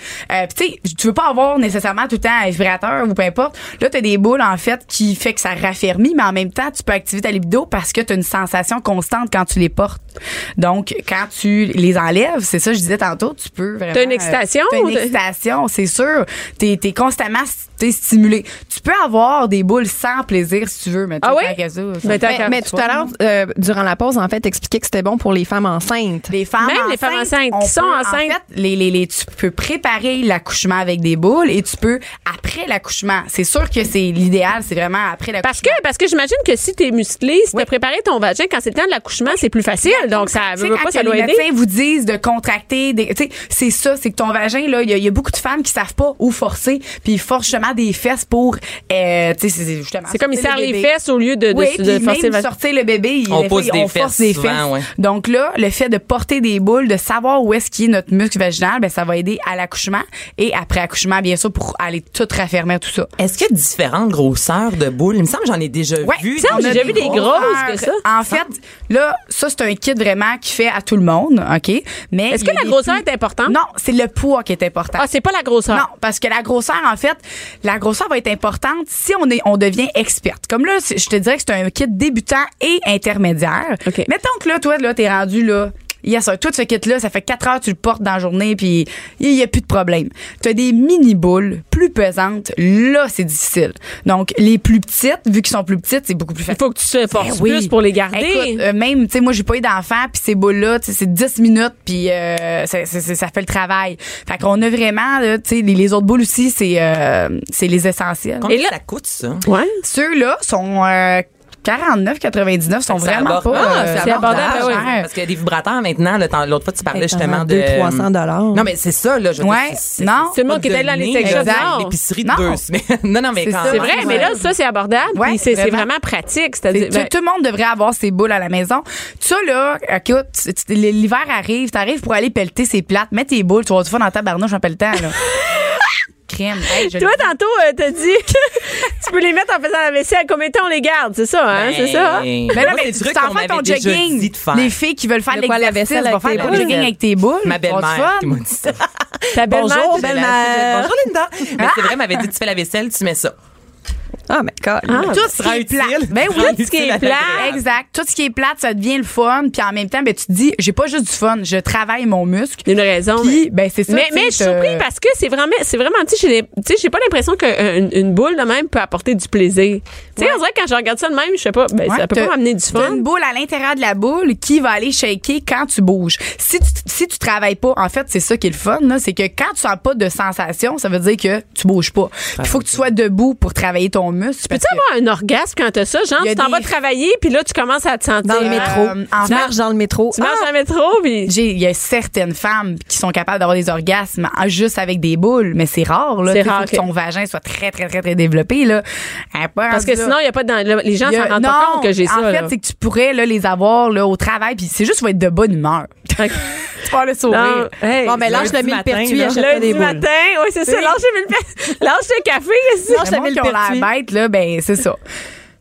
S7: pis tu sais, tu veux pas avoir nécessairement tout le temps un vibrateur ou peu importe. Là, t'as des boules, en fait, qui fait que ça raffermit, mais en même temps, tu peux activer ta libido parce que t'as une sensation constante quand tu les portes. Donc, quand tu les enlèves, c'est ça, que je disais tantôt, tu peux vraiment.
S3: T'as une
S7: euh,
S3: excitation
S7: t'as une
S3: ou t'as-
S7: excitation, c'est sûr. T'es, t'es constamment sti- t'es stimulé. Tu peux avoir des boules sans plaisir si tu veux, mais
S3: Ah oui?
S7: tant qu'à ça, ça-
S3: Mais t'as-
S4: Mais, mais tout à l'heure, euh, durant la pause, en fait, t'expliquais que c'était bon pour les femmes enceintes.
S7: Les femmes
S3: Même
S7: enceintes,
S3: les femmes enceintes
S7: on
S3: qui sont
S7: peut, en
S3: enceintes.
S7: fait, les, les, les- tu peux préparer l'accouchement avec des boules et tu peux après l'accouchement. C'est sûr que c'est l'idéal, c'est vraiment après l'accouchement.
S3: Parce que, parce que j'imagine que si t'es musclé, si t'as préparé ton vagin, quand c'est le temps de l'accouchement, c'est plus facile. Donc, ça
S7: Tu sais,
S3: veut
S7: quand
S3: pas, ça
S7: que
S3: doit
S7: les
S3: aider.
S7: médecins vous disent de contracter, des- tu sais, c'est ça, c'est que ton vagin là, il y, a- il y a beaucoup de femmes qui savent pas où forcer, puis ils forcent justement des fesses pour, euh, tu sais, c'est- c'est justement.
S3: C'est comme ils
S7: sortir
S3: serrent
S7: le
S3: les
S7: bébé.
S3: fesses au lieu de, de,
S7: oui,
S3: de
S7: puis
S3: forcer le
S7: même
S3: vagin.
S7: sortir le bébé, il-
S5: On
S7: des
S5: pousse
S7: fois,
S5: des
S7: on force
S5: fesses
S7: des
S5: souvent,
S7: fesses.
S5: ouais.
S7: Donc là, le fait de porter des boules, de savoir où est-ce qu'il est notre muscle vaginal, ben ça va aider à l'accouchement et après accouchement bien sûr pour aller tout raffermir tout ça.
S5: Est-ce qu'il y a différentes grosseurs de boules? Il me semble que j'en ai déjà
S7: Ouais,
S5: vu.
S3: ça,
S7: on
S3: j'ai
S7: a
S3: déjà vu des
S7: grosseurs.
S3: grosses que ça.
S7: En fait, là, ça c'est un kit vraiment qui fait à tout le monde, OK Mais
S3: Est-ce
S7: il
S3: que
S7: y a
S3: la
S7: des
S3: grosseur
S7: plus-
S3: est importante?
S7: Non, c'est le poids qui est important.
S3: Ah, c'est pas la grosseur.
S7: Non, parce que la grosseur, en fait, la grosseur va être importante si on, est, on devient experte. Comme là, c'est- je te dirais que c'est un kit débutant et intermédiaire.
S3: OK.
S7: Mettons que là, toi, là, t'es rendu là. Yes, sir. Tout ce kit-là, ça fait 4 heures que tu le portes dans la journée, puis il n'y a plus de problème. Tu as des mini-boules plus pesantes. Là, c'est difficile. Donc, les plus petites, vu qu'ils sont plus petites, c'est beaucoup plus
S3: Il
S7: facile.
S3: faut que tu te forces
S7: Ben oui.
S3: plus pour les garder.
S7: Écoute, euh, même, tu sais, moi, j'ai pas eu d'enfant, puis ces boules-là, tu sais, c'est 10 minutes, puis euh, ça, ça- ça- ça fait le travail. Fait qu'on a vraiment, là, tu sais, les, les autres boules aussi, c'est euh, c'est les essentiels.
S5: Combien
S3: Et là-
S5: ça coûte, ça?
S3: ouais.
S7: Ceux-là sont... euh, 49,99 sont
S5: Ça
S7: vraiment
S5: aborde-
S7: pas.
S5: Ah,
S7: euh,
S5: c'est
S3: c'est abordable,
S5: abordable.
S3: ouais.
S7: cher.
S5: Parce qu'il y a des vibrateurs maintenant. le temps- L'autre fois, tu parlais
S4: Hey, t'en
S5: justement
S4: vends
S5: de.
S4: 200-300 dollars.
S5: Non, mais c'est ça, là. Je veux
S7: Ouais.
S5: dire, c'est-
S7: Non.
S3: C'est le monde qui
S5: pas
S3: était là, les
S5: donné,
S3: Texas.
S5: exact,
S3: Non.
S5: L'épicerie
S7: Non.
S5: de deux semaines. Non, non, mais
S7: C'est
S5: quand
S7: ça.
S3: C'est
S5: même.
S3: vrai, mais là, ça, c'est abordable.
S7: Ouais,
S3: puis c'est c'est
S7: vraiment.
S3: vraiment pratique.
S7: C'est-
S3: C'est-à-dire,
S7: tu-
S3: ben,
S7: tout le monde devrait avoir ses boules à la maison. Ça, là, écoute, tu- tu- l'hiver arrive, t'arrives pour aller pelleter ses plates, mets tes boules, tu vas du fun dans ta barnouche en pelletant, là. Crème. Hey, je le
S3: toi,
S7: dis.
S3: tantôt, euh, t'as dit que tu peux les mettre en faisant la vaisselle. Combien de temps on les garde? C'est ça, hein? C'est ça? hein?
S7: Mais là,
S5: Moi,
S7: Ben mais
S5: c'est
S7: tu
S5: le truc
S7: t'en
S5: qu'on
S7: fais ton
S5: avait déjà dit
S7: jogging.
S5: de faire.
S7: Les filles qui veulent faire
S4: De quoi, la
S7: l'exercice,
S4: vaisselle
S7: vont
S4: avec
S7: faire
S4: tes
S7: ton
S4: boules?
S7: jogging avec tes boules.
S5: Ma
S7: tu vas avoir du
S5: belle-mère
S7: fun.
S5: qui m'a dit ça.
S3: Ta belle-mère,
S5: Bonjour,
S3: tu-
S5: belle-mère. Euh, Bonjour, Linda.
S7: Ah!
S5: Mais c'est vrai, elle m'avait dit tu fais la vaisselle, tu mets ça.
S4: Ah, mais God.
S7: tout ce qui
S5: sera
S7: est
S5: utile.
S7: plate. Ben oui,
S5: Sera
S7: tout ce qui
S5: utile à
S7: est
S5: la
S7: plate.
S5: grève.
S7: Exact. Tout ce qui est plate, ça devient le fun. Puis en même temps, ben, tu te dis, j'ai pas juste du fun, je travaille mon muscle.
S3: Il y a une raison.
S7: Puis,
S3: mais-
S7: ben, c'est ça,
S3: Mais,
S7: tu sais,
S3: mais je suis
S7: t'as-
S3: surpris parce que c'est vraiment, c'est vraiment, tu sais, j'ai- tu sais, j'ai pas l'impression qu'une une boule de même peut apporter du plaisir. Tu sais, on dirait que quand je regarde ça de même, je sais pas, ben,
S7: Ouais,
S3: ça peut
S7: t'as-
S3: pas m'amener du
S7: t'as
S3: fun.
S7: une boule à l'intérieur de la boule qui va aller shaker quand tu bouges. Si tu, si tu travailles pas, en fait, c'est ça qui est le fun, là, c'est que quand tu sens pas de sensation, ça veut dire que tu bouges pas. Il faut que tu sois debout pour travailler ton muscle.
S3: Peux-tu avoir un orgasme quand t'as ça? Genre,
S7: Il y a
S3: tu t'en
S7: des-
S3: vas travailler, puis là, tu commences à te sentir.
S4: Dans le métro.
S7: Euh, en
S4: tu
S7: fait-
S4: marches dans le métro. Ah!
S3: Tu marches dans le métro, puis.
S7: Ah! J'ai- il y a certaines femmes qui sont capables d'avoir des orgasmes en- juste avec des boules, mais c'est rare là.
S3: C'est
S7: Tu sais,
S3: rare
S7: faut que
S3: que-
S7: son vagin soit très très très très développé là. Elle est pas
S3: Parce que
S7: rendue là.
S3: sinon, il y a pas dans, là, les gens
S7: Il y a-
S3: s'en rendent pas
S7: non,
S3: compte que j'ai ça.
S7: En fait,
S3: là.
S7: c'est que tu pourrais là, les avoir là, au travail, puis c'est juste faut être de bonne humeur.
S3: Fait que-
S7: tu vas le sourire.
S3: Non, hey,
S4: Bon, ben lâche le
S5: lundi
S4: mille
S5: matin,
S4: pertuis,
S5: là.
S4: achète
S3: lundi
S4: des boules.
S3: matin, oui, c'est ça.
S4: Oui.
S3: Lâche le, mille- lâche le café, ici.
S4: Lâche
S7: Le
S4: le
S7: monde
S4: mille
S7: qui ont l'air
S4: pertuis.
S7: bête, là, ben c'est ça.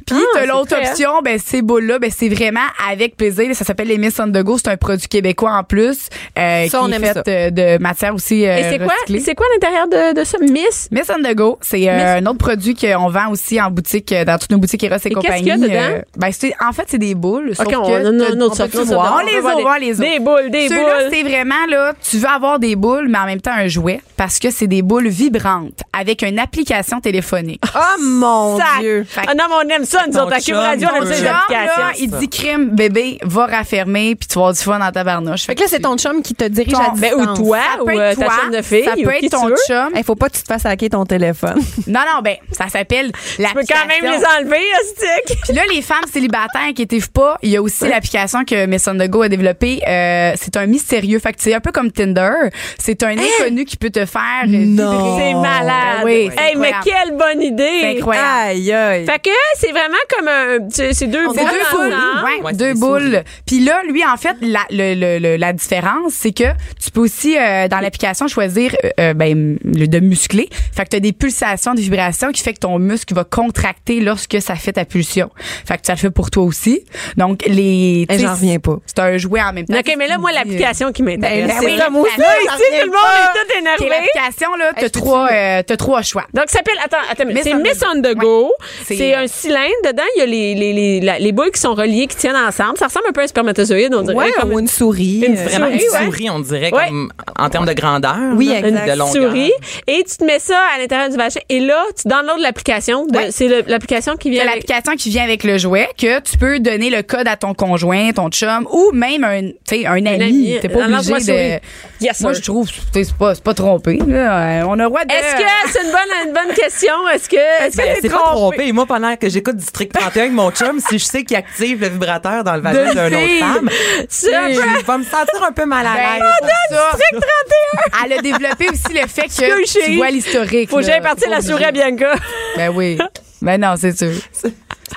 S7: Puis
S3: Ah,
S7: t'as
S3: c'est
S7: l'autre
S3: vrai, hein?
S7: option, ben ces boules-là, ben c'est vraiment avec plaisir. là, Ça s'appelle les Miss on the Go, c'est un produit québécois en plus euh,
S4: Ça, on
S7: qui est
S4: aime
S7: fait
S4: ça.
S7: euh, de matière aussi euh,
S3: Et c'est quoi,
S7: recyclée.
S3: c'est quoi l'intérieur de, de ça? Miss?
S7: Miss on the Go, c'est euh, un autre produit qu'on vend aussi en boutique, euh, dans toutes nos boutiques Eros et,
S3: Et qu'est-ce
S7: compagnie.
S3: qu'il y a dedans?
S7: ben, c'est- en fait, c'est des boules. sauf
S3: OK, on,
S7: que
S3: on,
S7: t'as-
S3: on, on, autre
S7: on
S3: sorte,
S7: peut
S3: on
S7: tout
S3: autre
S7: voir.
S3: sorte.
S7: On les a,
S3: va
S7: on
S3: voir
S7: voit les autres.
S3: Des boules, des
S7: Ceux-là,
S3: boules.
S7: c'est vraiment là, tu veux avoir des boules, mais en même temps un jouet, parce que c'est des boules vibrantes avec une application téléphonique.
S4: Oh mon
S3: Sac.
S4: Dieu.
S7: Fait que-
S3: Ah non, mais on aime ça, nous
S5: Ton
S3: autres, à Cube
S5: chum,
S3: Radio, on
S5: ton
S3: aime ça, les
S7: Chum,
S5: chum,
S7: là,
S3: applications.
S7: il dit crime, bébé, va raffermer, puis tu vas avoir du fun dans ta barnouche.
S4: Fait que là, c'est ton chum qui te dirige
S7: Ton-
S4: à
S3: Ben,
S4: distance.
S3: ou toi,
S7: Ça
S3: ou
S7: peut
S3: euh,
S7: être
S3: ta
S7: toi,
S3: chum de fille,
S7: ça
S3: ou
S7: peut
S3: qui
S7: être
S3: tu
S7: ton
S3: veux.
S7: chum.
S4: Hey, faut pas que tu te fasses hacker ton téléphone.
S7: Non, non, ben, ça s'appelle
S3: Tu peux quand même les enlever, Astic.
S7: Puis là, les femmes célibataires qui étaient pas, il y a aussi l'application que Miss On The Go a développée. Euh, c'est un mystérieux. Fait que c'est un peu comme Tinder. C'est un inconnu qui peut te faire.
S5: Non.
S3: Hein? C'est
S7: vibrer.
S3: malade.
S7: Ah oui, c'est
S3: hey, mais
S7: incroyable.
S3: quelle bonne
S7: C'est
S3: idée. Ah,
S7: incroyable.
S4: Aïe, aïe.
S3: Fait que euh, c'est vraiment comme un. C'est c'est deux hein? boules.
S7: C'est deux
S3: ensemble.
S7: boules. Ouais,
S5: Ouais,
S7: hein? deux
S5: c'est des
S7: boules.
S5: souris.
S7: Puis là, lui, en fait, la, le- le- le- la différence, c'est que tu peux aussi, euh, dans l'application, choisir euh, euh, ben, le de muscler. Fait que tu as des pulsations, des vibrations qui fait que ton muscle va contracter lorsque ça fait ta pulsion. Fait que ça le fait pour toi aussi. Donc, les...
S4: Hey,
S7: tu sais,
S4: j'en reviens pas.
S7: C'est un jouet en même temps.
S3: OK, mais là, moi, l'application qui
S7: Ben,
S3: m'intéresse.
S7: ben
S3: c'est
S7: oui,
S3: ça, moi aussi.
S7: ben,
S3: Là,
S7: ça
S3: ici,
S7: revient
S3: tout le monde est tout
S7: OK,
S3: énervé.
S7: l'application, là,
S4: Hey,
S7: t'as
S4: je peux
S7: trois,
S4: te-
S7: euh, t'as trois choix.
S3: Donc, ça s'appelle. Attends, attends, mais
S7: Miss
S3: c'est
S7: on the
S3: Miss
S7: go.
S3: on the go.
S7: C'est,
S3: C'est
S7: euh,
S3: un cylindre. Dedans, il y a les, les, les, la- les boules qui sont reliées, qui tiennent ensemble. Ça ressemble un peu à un spermatozoïde, on dirait.
S4: Ouais,
S3: comme
S4: ou une souris.
S3: une
S4: euh,
S5: Vraiment
S3: Souris, ouais.
S5: une souris, on dirait,
S3: Ouais.
S5: comme en termes de grandeur.
S4: Oui,
S5: là,
S4: exact.
S5: de
S3: une
S5: longueur.
S3: souris. Et tu te mets ça à l'intérieur du vagin. Et là, tu downloads l'application. de-
S7: Ouais.
S3: C'est le- l'application qui vient
S7: T'as
S3: avec.
S7: l'application qui vient avec le jouet que tu peux donner le code à ton conjoint, ton chum ou même un, tu sais, un ami.
S3: ami.
S7: T'es pas
S3: Alors,
S7: obligé
S3: moi,
S7: de.
S3: souris. Yes,
S7: moi,
S3: sir.
S7: je trouve, tu sais, c'est pas, c'est pas trompé. là. Euh, On a le droit de.
S3: Est-ce que c'est une bonne, une bonne question? Est-ce que est-ce que
S5: Ben,
S3: t'es
S5: c'est pas
S3: trompé?
S5: trompé. Et moi, pendant que j'écoute District 31 avec mon chum, si je sais qu'il active le vibrateur dans le vagin
S7: De
S5: d'une autre
S7: fille.
S5: femme,
S3: C'est un peu-
S5: je vais me sentir un peu mal à
S7: Ben,
S5: l'aise.
S7: c'est ça. Elle a développé aussi le fait
S3: Excuse,
S7: que tu
S3: chérie.
S7: vois l'historique.
S3: Faut que
S7: là.
S3: j'aille partir
S7: C'est
S3: la
S7: pas
S3: souris à
S7: obligé.
S3: Bianca.
S7: Ben oui. Ben non, c'est sûr.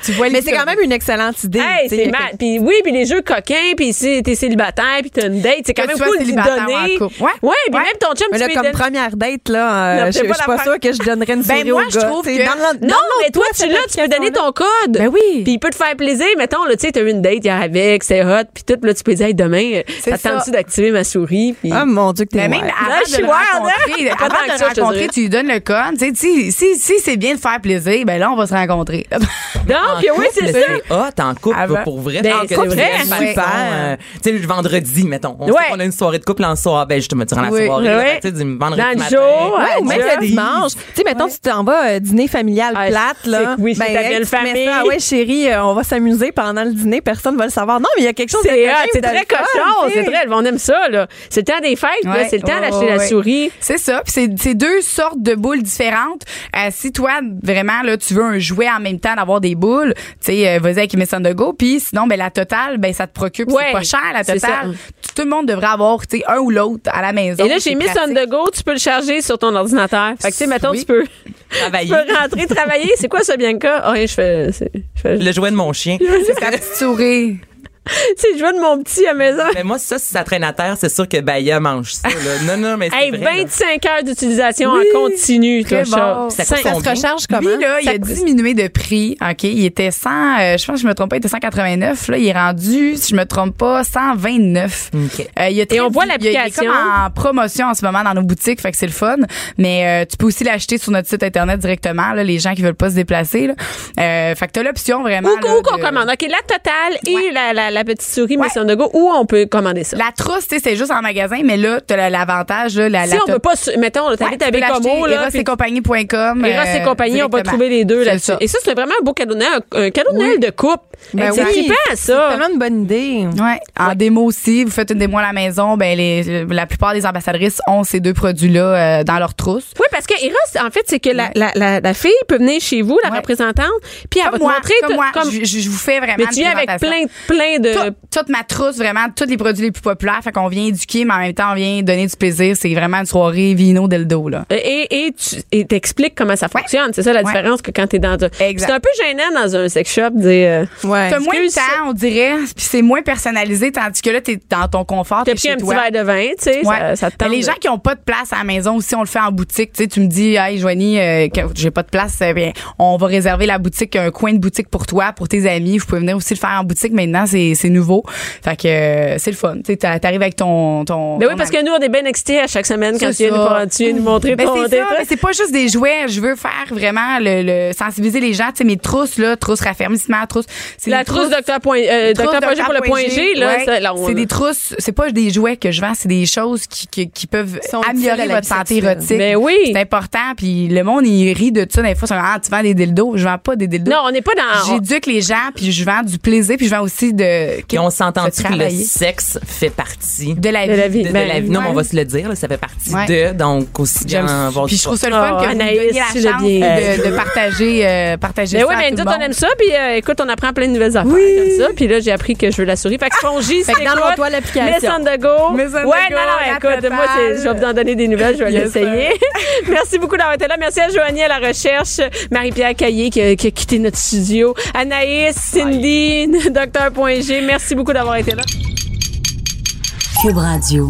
S7: Tu vois
S4: Mais c'est quand même une excellente idée.
S3: Hey,
S4: tu sais.
S3: c'est mal. Puis oui, puis les jeux coquins, puis si t'es célibataire, puis t'as une date, c'est quand
S7: Que
S3: même
S7: tu sois
S3: cool d'y
S7: célibataire ou en
S3: donner.
S7: couple. Ouais.
S3: puis
S7: Ouais.
S3: même ton chum,
S4: Mais
S3: tu peux
S4: là,
S3: lui
S4: comme
S3: donner-
S4: première date, là,
S3: Non,
S4: euh, je
S3: t'es
S4: je
S3: pas
S4: suis
S3: la
S4: pas sûre que je donnerais une
S7: Ben,
S4: souris
S7: moi,
S4: au
S7: je
S4: gars,
S7: trouve
S4: tu sais.
S7: que-
S3: Non,
S4: Download-
S3: mais
S4: download
S3: toi,
S4: cette
S3: tu l'as, tu peux donner ton code.
S7: Ben oui.
S3: Puis il peut te faire plaisir. Mettons, là, tu sais, t'as eu une date hier avec, c'est hot, puis tout, puis là, tu peux dire, hey, demain,
S7: C'est
S3: ça te
S7: ça.
S3: tente-tu d'activer ma souris? Puis...
S4: Ah mon Dieu que
S7: Mais
S3: Ben,
S4: t'es
S7: même
S4: wild.
S7: avant
S3: Là, je
S7: de
S3: suis
S7: le
S3: wild,
S7: rencontrer,
S3: hein? Pas tant
S7: avant
S3: que
S7: de
S3: ça,
S7: le
S3: je te
S7: rencontrer,
S3: dirais.
S7: tu lui donnes le code. Tu sais, si, si, si c'est bien de faire plaisir, ben là, on va se rencontrer.
S3: Donc,
S5: En
S3: oui,
S5: couple,
S3: c'est ça.
S5: C'est hot en couple
S7: Avant.
S5: pour vrai.
S3: Ben,
S5: En
S3: c'est
S5: couple,
S3: vrai.
S5: c'est
S7: Ouais.
S5: super. Euh, Tu sais, le vendredi, mettons. On sait
S3: Ouais.
S5: qu'on a une soirée de couple en soir. Ben, je te me dirais la
S7: Oui.
S5: soirée. là,
S3: Ouais.
S5: fait que, Tu sais, du vendredi
S3: Dans le
S5: matin.
S3: jour, à
S4: Ouais, ou même
S3: Dieu.
S4: le dimanche. Tu sais, mettons, tu t'en vas euh, dîner familial
S3: Ah,
S4: plate,
S3: c'est-
S4: là.
S3: oui, c'est ta
S4: hey,
S3: belle
S4: tu te mets
S3: famille.
S4: ça, Ah ouais, chérie, euh, on va s'amuser pendant le dîner, personne va le savoir. Non, mais il y a quelque chose de
S3: C'est
S4: quand
S3: hot,
S4: même
S3: c'est
S4: de
S3: très
S4: le fun,
S3: cochon,
S4: tu sais.
S3: c'est très, on aime ça, là. C'est le temps des fêtes, là,
S7: Ouais,
S3: c'est le temps
S7: ouais,
S3: d'acheter
S7: ouais,
S3: la
S7: ouais.
S3: souris.
S7: C'est ça. Puis c'est c'est deux sortes de boules différentes. Euh, si toi, vraiment, là, tu veux un jouet en même temps, d'avoir des boules, cool, tu sais, euh, vas-y avec Miss de Go. Puis sinon, ben, la totale, ben, ça te procure. puis
S3: Ouais,
S7: c'est pas cher, la
S3: c'est
S7: totale.
S3: ça.
S7: Tout le monde devrait avoir, tu sais, un ou l'autre à la maison.
S3: Et là,
S7: C'est
S3: j'ai mis on
S7: pratique.
S3: the go, tu peux le charger sur ton ordinateur. Fait que, tu sais, mettons,
S5: Oui.
S3: tu peux, tu
S5: Travailler.
S3: peux rentrer, travailler. C'est quoi ça, Bianca? Ah, rien, je fais, c'est- je fais,
S5: Le jouet de mon chien.
S7: C'est ta petite souris.
S3: c'est le jouet de mon petit à la maison.
S5: Mais moi, ça, si ça traîne à terre, c'est sûr que Baya mange ça. là. Non, non, mais c'est
S3: Hey,
S5: vrai,
S7: ben
S5: là.
S3: 25 heures d'utilisation
S7: Oui,
S3: en continu, toi,
S7: très bon.
S3: chat.
S5: Ça coûte
S3: Cinq-
S5: combien?
S4: Recharge comment?
S7: Lui, là, il a diminué de prix. OK? Il était 100, euh, je pense, que je me trompe pas, il était 189. Là, il est rendu, si je me trompe pas, 129.
S5: OK.
S7: Euh, il a très-
S3: on voit
S7: il a- Il
S3: l'application.
S7: est comme en promotion en ce moment dans nos boutiques, fait que c'est le fun. Mais euh, tu peux aussi l'acheter sur notre site internet directement, là, les gens qui veulent pas se déplacer. Là. Euh, fait que t'as l'option vraiment.
S3: Où,
S7: là,
S3: où qu'on
S7: de-
S3: commande? OK, la totale et la, la, la petite souris
S7: euh, Ouais.
S3: Miss on the go, où on peut commander ça?
S7: La trousse, tu sais, c'est juste en magasin, mais là, t'as la- l'avantage, là, la,
S3: si
S7: la
S3: on
S7: top-
S3: veut pas, su- mettons,
S7: Ouais,
S3: t'habites
S7: tu peux
S3: avec
S7: l'acheter,
S3: Homo, là,
S7: Eros
S3: puis-
S7: et
S3: Eros
S7: compagnie.com.
S3: et
S7: euh,
S3: compagnie, on va
S7: directement.
S3: trouver les deux
S7: C'est
S3: là-dessus.
S7: ça.
S3: Et ça, c'est vraiment un beau cadeau de Noël, un cadeau de Noël de couple.
S7: Ben
S3: c'est
S7: oui.
S3: trippant,
S4: C'est
S3: ça.
S4: tellement une bonne idée.
S7: Ouais, en démo aussi, vous faites une démo à la maison, ben les, la plupart des ambassadrices ont ces deux produits-là euh, dans leur trousse.
S3: Oui, parce que Eros, en fait, c'est que la, la, la, la fille peut venir chez vous, la
S7: Ouais.
S3: représentante, puis elle va
S7: Comme
S3: te
S7: moi,
S3: montrer
S7: comme
S3: tout-
S7: moi,
S3: comme-
S7: je, je- je vous fais vraiment
S3: mais
S7: une
S3: tu viens avec
S7: présentation.
S3: plein, plein de...
S7: Tout- toute ma trousse, vraiment, tous les produits les plus populaires. Fait qu'on vient éduquer, mais en même temps, on vient donner du plaisir. C'est vraiment une soirée vino del do, là.
S3: Et, et tu et t'expliques comment ça
S7: Ouais.
S3: fonctionne. C'est ça la
S7: Ouais.
S3: différence que quand t'es dans un...
S7: Exact.
S3: C'est un peu gênant dans un sex shop de dire... euh,
S4: Ouais.
S7: T'as moins de
S3: excuse,
S7: temps, on dirait, puis c'est moins personnalisé, tandis que là, t'es dans ton confort,
S3: T'as
S7: t'es
S3: pris
S7: chez
S3: un petit
S7: toi.
S3: verre de vin, tu sais,
S7: Ouais.
S3: ça, ça te tente
S7: Mais les
S3: de-
S7: gens qui ont pas de place à la maison aussi, on le fait en boutique. Tu sais, tu me dis, hey Joanie, euh, que j'ai pas de place, euh, bien, on va réserver la boutique, un coin de boutique pour toi, pour tes amis. Vous pouvez venir aussi le faire en boutique. Maintenant, c'est c'est nouveau. Fait que euh, c'est le fun. Tu sais, t'a- t'arrives avec ton ton.
S3: Ben oui,
S7: ton
S3: parce
S7: ami.
S3: que nous, on est bien excités à chaque semaine quand tu
S7: C'est
S3: viens,
S7: ça.
S3: nous, tu viens nous montrer
S7: Ben,
S3: ton
S7: c'est
S3: tes
S7: ça,
S3: trucs.
S7: mais c'est pas juste des jouets. Je veux faire vraiment le, le- sensibiliser les gens. Tu sais, mes trousses là, trousses raffermissement, trousses. c'est
S3: La
S7: des
S3: trousse
S7: trousses-
S3: docteur point, euh,
S7: Trousse
S3: docteur point G pour le point G, là,
S7: ouais.
S3: ça, là, on-
S7: c'est des trousses, c'est pas des jouets que je vends, c'est des choses qui, qui, qui peuvent
S4: Sont utiles à
S7: améliorer
S4: la
S7: votre
S4: vie
S7: santé
S4: sexuelle.
S7: érotique.
S3: Mais Ben oui.
S7: C'est important, puis le monde, il rit de ça. Des fois, c'est ah, tu vends des dildos. Je vends pas des dildos.
S3: Non, on n'est pas dans...
S7: J'éduque les gens, puis je vends du plaisir, puis je vends aussi de.
S5: Puis on s'entend
S7: de
S5: que le
S7: travailler.
S5: sexe fait partie
S7: De la
S3: De la
S7: vie.
S3: vie.
S5: de, de
S3: Ben,
S5: la vie. Non,
S7: ouais.
S5: mais on va se le dire, là, ça fait partie
S7: Ouais.
S5: de. Donc, aussi bien
S7: J'aime ça.
S5: avoir
S7: Puis
S5: du
S7: je trouve
S5: fun.
S7: ça le fun
S3: Oh,
S7: que vous me
S3: Anaïs,
S7: donniez la
S3: tu l'as
S7: chance
S3: bien.
S7: de, de partager, euh, partager
S3: Mais
S7: ça
S3: oui,
S7: à
S3: mais Ben, nous
S7: tout le
S3: autres,
S7: monde.
S3: on aime ça. Puis euh, écoute, on apprend plein de nouvelles affaires comme ça. Puis là, j'ai appris que je veux la souris. Fait que Spongy, c'est
S4: Fait que download-toi l'application.
S3: Miss on the go.
S7: Miss on the
S3: ouais,
S7: go,
S3: non, non,
S7: la
S3: écoute,
S7: totale.
S3: moi, c'est- je vais vous en donner des nouvelles. Je vais
S7: Yes,
S3: l'essayer. Merci beaucoup d'avoir été là. Merci à Joanie à la recherche, Marie-Pierre Caillé qui a, qui a quitté notre studio, Anaïs, Cindy, Docteur.g. Merci beaucoup d'avoir été là.
S1: Cube Radio.